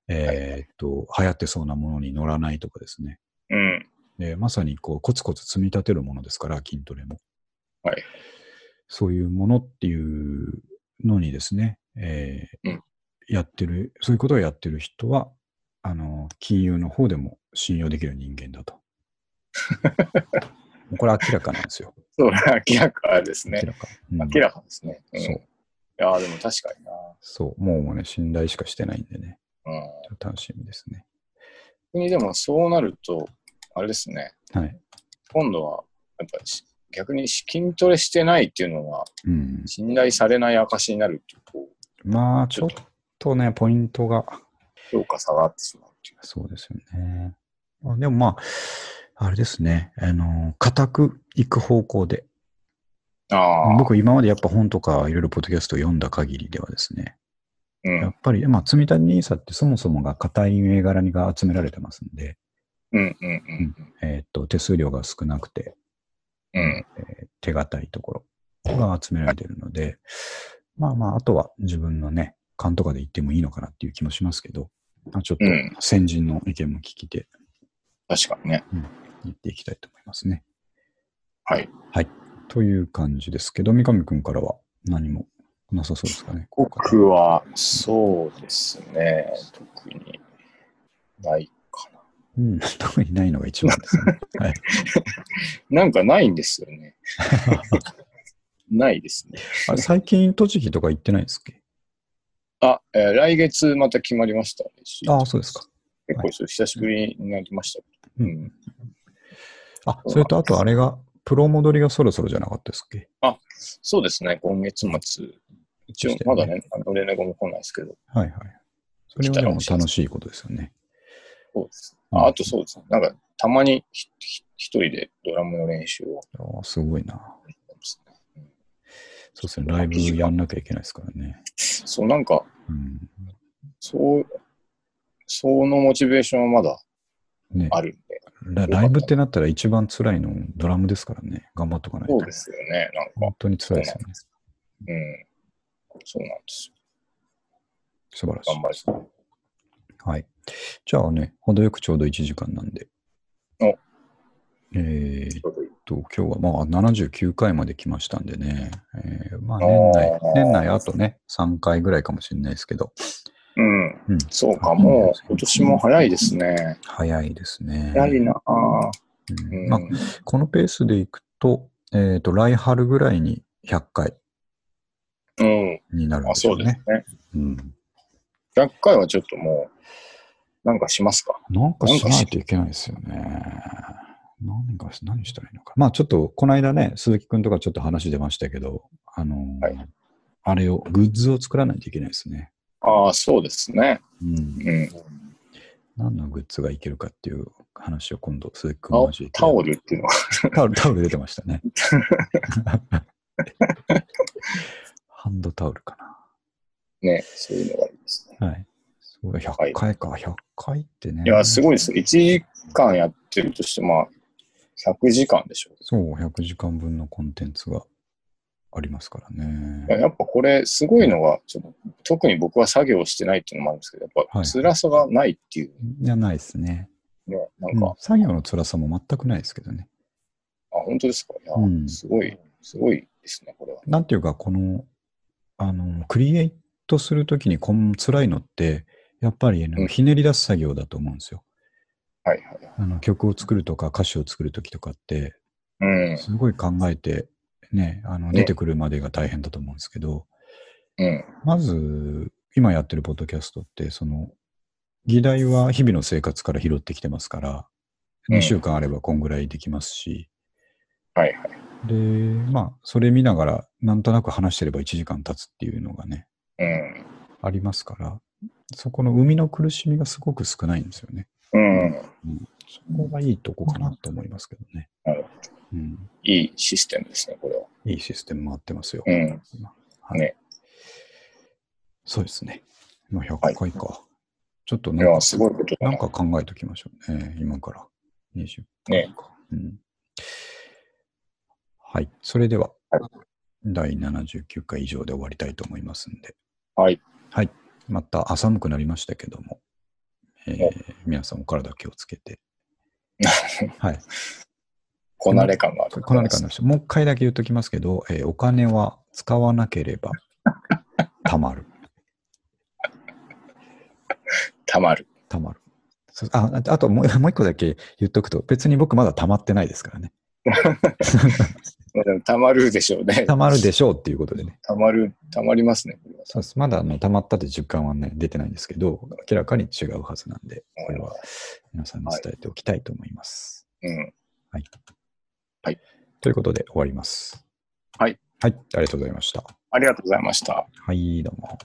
[SPEAKER 2] えーっと、流行ってそうなものに乗らないとかですね、
[SPEAKER 1] うん。
[SPEAKER 2] でまさにこうコツコツ積み立てるものですから、筋トレも。
[SPEAKER 1] はい。
[SPEAKER 2] そういうものっていうのにですね、えー
[SPEAKER 1] うん
[SPEAKER 2] やってる、そういうことをやってる人は、あの、金融の方でも信用できる人間だ と。もうこれ明らかなんですよ。
[SPEAKER 1] それは 明らかですね
[SPEAKER 2] 明。らか。うん
[SPEAKER 1] 明らかですね。うん、
[SPEAKER 2] そう。
[SPEAKER 1] ああ、でも確かにな。
[SPEAKER 2] そう、もうね、信頼しかしてないんでね、
[SPEAKER 1] うん。
[SPEAKER 2] ちょっと楽しみですね。
[SPEAKER 1] 逆にでもそうなると、あれですね。
[SPEAKER 2] はい。
[SPEAKER 1] 今度は、やっぱし逆に筋トレしてないっていうのは、
[SPEAKER 2] うん。
[SPEAKER 1] 信頼されない証になるっていう、こう、
[SPEAKER 2] まあ、ちょっとね、ポイントが、
[SPEAKER 1] 評価下がってしまうっていう。
[SPEAKER 2] そうですよね。あでもまあ、あれですね、あの、固くいく方向で、
[SPEAKER 1] ああ、
[SPEAKER 2] 僕今までやっぱ本とかいろいろポッドキャストを読んだ限りではですね、
[SPEAKER 1] う
[SPEAKER 2] やっ
[SPEAKER 1] ん。
[SPEAKER 2] ぱり、まあ、積立 NISA ってそもそもが硬い銘柄が集められてますんで、
[SPEAKER 1] うん。うん。うん。
[SPEAKER 2] えーっと、手数料が少なくて、
[SPEAKER 1] うん。
[SPEAKER 2] 手堅いところが集められてるので、まあまあ、あとは自分のね、勘とかで言ってもいいのかなっていう気もしますけど、まあちょっ
[SPEAKER 1] うん
[SPEAKER 2] と先人の意見も聞きて、
[SPEAKER 1] 確かにね。
[SPEAKER 2] 言っていきたいと思いますね。
[SPEAKER 1] はい。
[SPEAKER 2] という感じですけど、三上くんからは何もなさそうですかね。
[SPEAKER 1] 僕は、そうですね。特にないか
[SPEAKER 2] うん、特にないのが一番です ね。はい。
[SPEAKER 1] な。なんかないんですよ ね。ないですね。
[SPEAKER 2] あれ最近、栃木とか行ってないですっけ
[SPEAKER 1] あ、えー来月また決まりましたね。
[SPEAKER 2] ああ、そうですか。
[SPEAKER 1] 結構そう久しぶりになりました。
[SPEAKER 2] う
[SPEAKER 1] うんん。
[SPEAKER 2] あ、それとあとあれが、プロ戻りがそろそろじゃなかったですっけ
[SPEAKER 1] そうですね。今月末。一応、まだね、あの連絡も来ないですけど。
[SPEAKER 2] はいはい。それはでも楽しいことですよね。
[SPEAKER 1] そうです。
[SPEAKER 2] うん
[SPEAKER 1] ああとそうですね。なんか、たまにひひ一人でドラムの練習をや
[SPEAKER 2] ああすごいな。
[SPEAKER 1] ってますね。
[SPEAKER 2] そうですね、ライブやんなきゃいけないですからね。
[SPEAKER 1] そう、なんか、
[SPEAKER 2] うん。
[SPEAKER 1] そう、そのモチベーションはまだ
[SPEAKER 2] ね、
[SPEAKER 1] あるんで。
[SPEAKER 2] ラライブってなったら一番辛いのドラムですからね。頑張っとかない
[SPEAKER 1] そ
[SPEAKER 2] と
[SPEAKER 1] う。ですよね。なん
[SPEAKER 2] 本
[SPEAKER 1] か、
[SPEAKER 2] 当に辛いですよね。
[SPEAKER 1] うん。そうなんですよ。
[SPEAKER 2] 素晴らし
[SPEAKER 1] 頑張りそう。
[SPEAKER 2] い。はい。じゃあね、程よくちょうど1時間なんで。
[SPEAKER 1] お
[SPEAKER 2] えーっと、今日はまあ79回まで来ましたんでね。えーまあ
[SPEAKER 1] あー
[SPEAKER 2] 年内、年内あとね、3回ぐらいかもしれないですけど、
[SPEAKER 1] うん。
[SPEAKER 2] うん
[SPEAKER 1] そうか、もう、今年も早いですね。
[SPEAKER 2] 早いですね。
[SPEAKER 1] 早いなぁ。
[SPEAKER 2] う
[SPEAKER 1] うんん。
[SPEAKER 2] まあ、このペースでいくと、えっ、と、来春ぐらいに100回
[SPEAKER 1] うん。
[SPEAKER 2] になるん
[SPEAKER 1] あ、
[SPEAKER 2] です
[SPEAKER 1] そ
[SPEAKER 2] よ
[SPEAKER 1] うです
[SPEAKER 2] ね。
[SPEAKER 1] ね。
[SPEAKER 2] うん。
[SPEAKER 1] 100回はちょっともう、なんかしますか。
[SPEAKER 2] なんかしないといけないですよね。何かし、何したらいいのか。まあちょっと、この間ね、鈴木くんとかちょっと話出ましたけど、あのー
[SPEAKER 1] はい
[SPEAKER 2] あれを、グッズを作らないといけないですね。
[SPEAKER 1] ああ、そうですね。
[SPEAKER 2] うん。
[SPEAKER 1] うん。
[SPEAKER 2] 何のグッズがいけるかっていう話を今度、鈴木くん
[SPEAKER 1] あ
[SPEAKER 2] も教えて
[SPEAKER 1] タオルっていうのは、
[SPEAKER 2] タオル、タオル出てました ね。ハンドタオルかな。
[SPEAKER 1] ね、そういうのがいいですね。
[SPEAKER 2] はい。すごい、
[SPEAKER 1] は
[SPEAKER 2] 100
[SPEAKER 1] い
[SPEAKER 2] 回か、100回ってね。
[SPEAKER 1] いや、すごいです。1時間やってるとして、まあ、100時間でしょ
[SPEAKER 2] そう、100時間分のコンテンツがありますからね
[SPEAKER 1] い。ややっぱこれ、すごいのが、ちょっと特に僕は作業してないっていうのもあるんですけど、やっぱ
[SPEAKER 2] はい
[SPEAKER 1] 辛さがないっていう
[SPEAKER 2] じゃないですね、
[SPEAKER 1] ね、な
[SPEAKER 2] うん
[SPEAKER 1] んか、
[SPEAKER 2] 作業の辛さも全くないですけどね。
[SPEAKER 1] あ、本当ですか。いや、
[SPEAKER 2] うん
[SPEAKER 1] すごい、すごいですね、これは。
[SPEAKER 2] なんていうか、この、あの、クリエイトするときにこん辛いのって、やっぱり、ね
[SPEAKER 1] うん
[SPEAKER 2] ひねり出す作業だと思うんですよ。
[SPEAKER 1] はいはいはい。
[SPEAKER 2] あの曲を作るとか歌詞を作るときとかって、
[SPEAKER 1] うん、
[SPEAKER 2] すごい考えて、ね、あの
[SPEAKER 1] ね
[SPEAKER 2] 出てくるまでが大変だと思うんですけど、
[SPEAKER 1] うん、
[SPEAKER 2] まず、今やってるポッドキャストって、その、議題は日々の生活から拾ってきてますから、
[SPEAKER 1] うん
[SPEAKER 2] 2週間あればこんぐらいできますし、
[SPEAKER 1] はいはい。
[SPEAKER 2] で、まあ、それ見ながら、なんとなく話してれば1時間経つっていうのがね、
[SPEAKER 1] うん、
[SPEAKER 2] ありますから、そこの生みの苦しみがすごく少ないんですよね。
[SPEAKER 1] うん、
[SPEAKER 2] そこがいいとこかなと思いますけどね。
[SPEAKER 1] なるほ
[SPEAKER 2] うん。
[SPEAKER 1] いいシステムですね、これは。
[SPEAKER 2] いいシステム回ってますよ。
[SPEAKER 1] うん
[SPEAKER 2] はい
[SPEAKER 1] ね
[SPEAKER 2] そうですね。まあ、100
[SPEAKER 1] は
[SPEAKER 2] 回
[SPEAKER 1] い
[SPEAKER 2] か。ちょっと
[SPEAKER 1] い
[SPEAKER 2] なん
[SPEAKER 1] や、
[SPEAKER 2] か
[SPEAKER 1] すごいことだ
[SPEAKER 2] な
[SPEAKER 1] な。
[SPEAKER 2] んか考えときましょうね、今から。20
[SPEAKER 1] ね
[SPEAKER 2] 分か。うん、はい、それでは、
[SPEAKER 1] はい
[SPEAKER 2] 第79回以上で終わりたいと思いますんで、
[SPEAKER 1] はい。
[SPEAKER 2] またあ寒くなりましたけども、えー
[SPEAKER 1] お
[SPEAKER 2] 皆さんお体気をつけて、はい、
[SPEAKER 1] こなれ感がある。
[SPEAKER 2] この中の人、もう一回だけ言っときますけど、えーお金は使わなけれ ばたまる、
[SPEAKER 1] たまる。
[SPEAKER 2] たまる。そあああともうもう一個だけ言っとくと、別に僕まだたまってないですからね。
[SPEAKER 1] まあでもたまるでしょうね。
[SPEAKER 2] たまるでしょうっていうことでね。
[SPEAKER 1] たまる、たまりますね、これは。
[SPEAKER 2] そうです。まだあの溜まったって実感はね、出てないんですけど、明らかに違うはずなんで、これは皆さんに伝えておきたいと思います。
[SPEAKER 1] うん。
[SPEAKER 2] はい。
[SPEAKER 1] はい
[SPEAKER 2] ということで終わります。
[SPEAKER 1] はい。
[SPEAKER 2] はい。ありがとうございました。
[SPEAKER 1] ありがとうございました。
[SPEAKER 2] はい、どうも。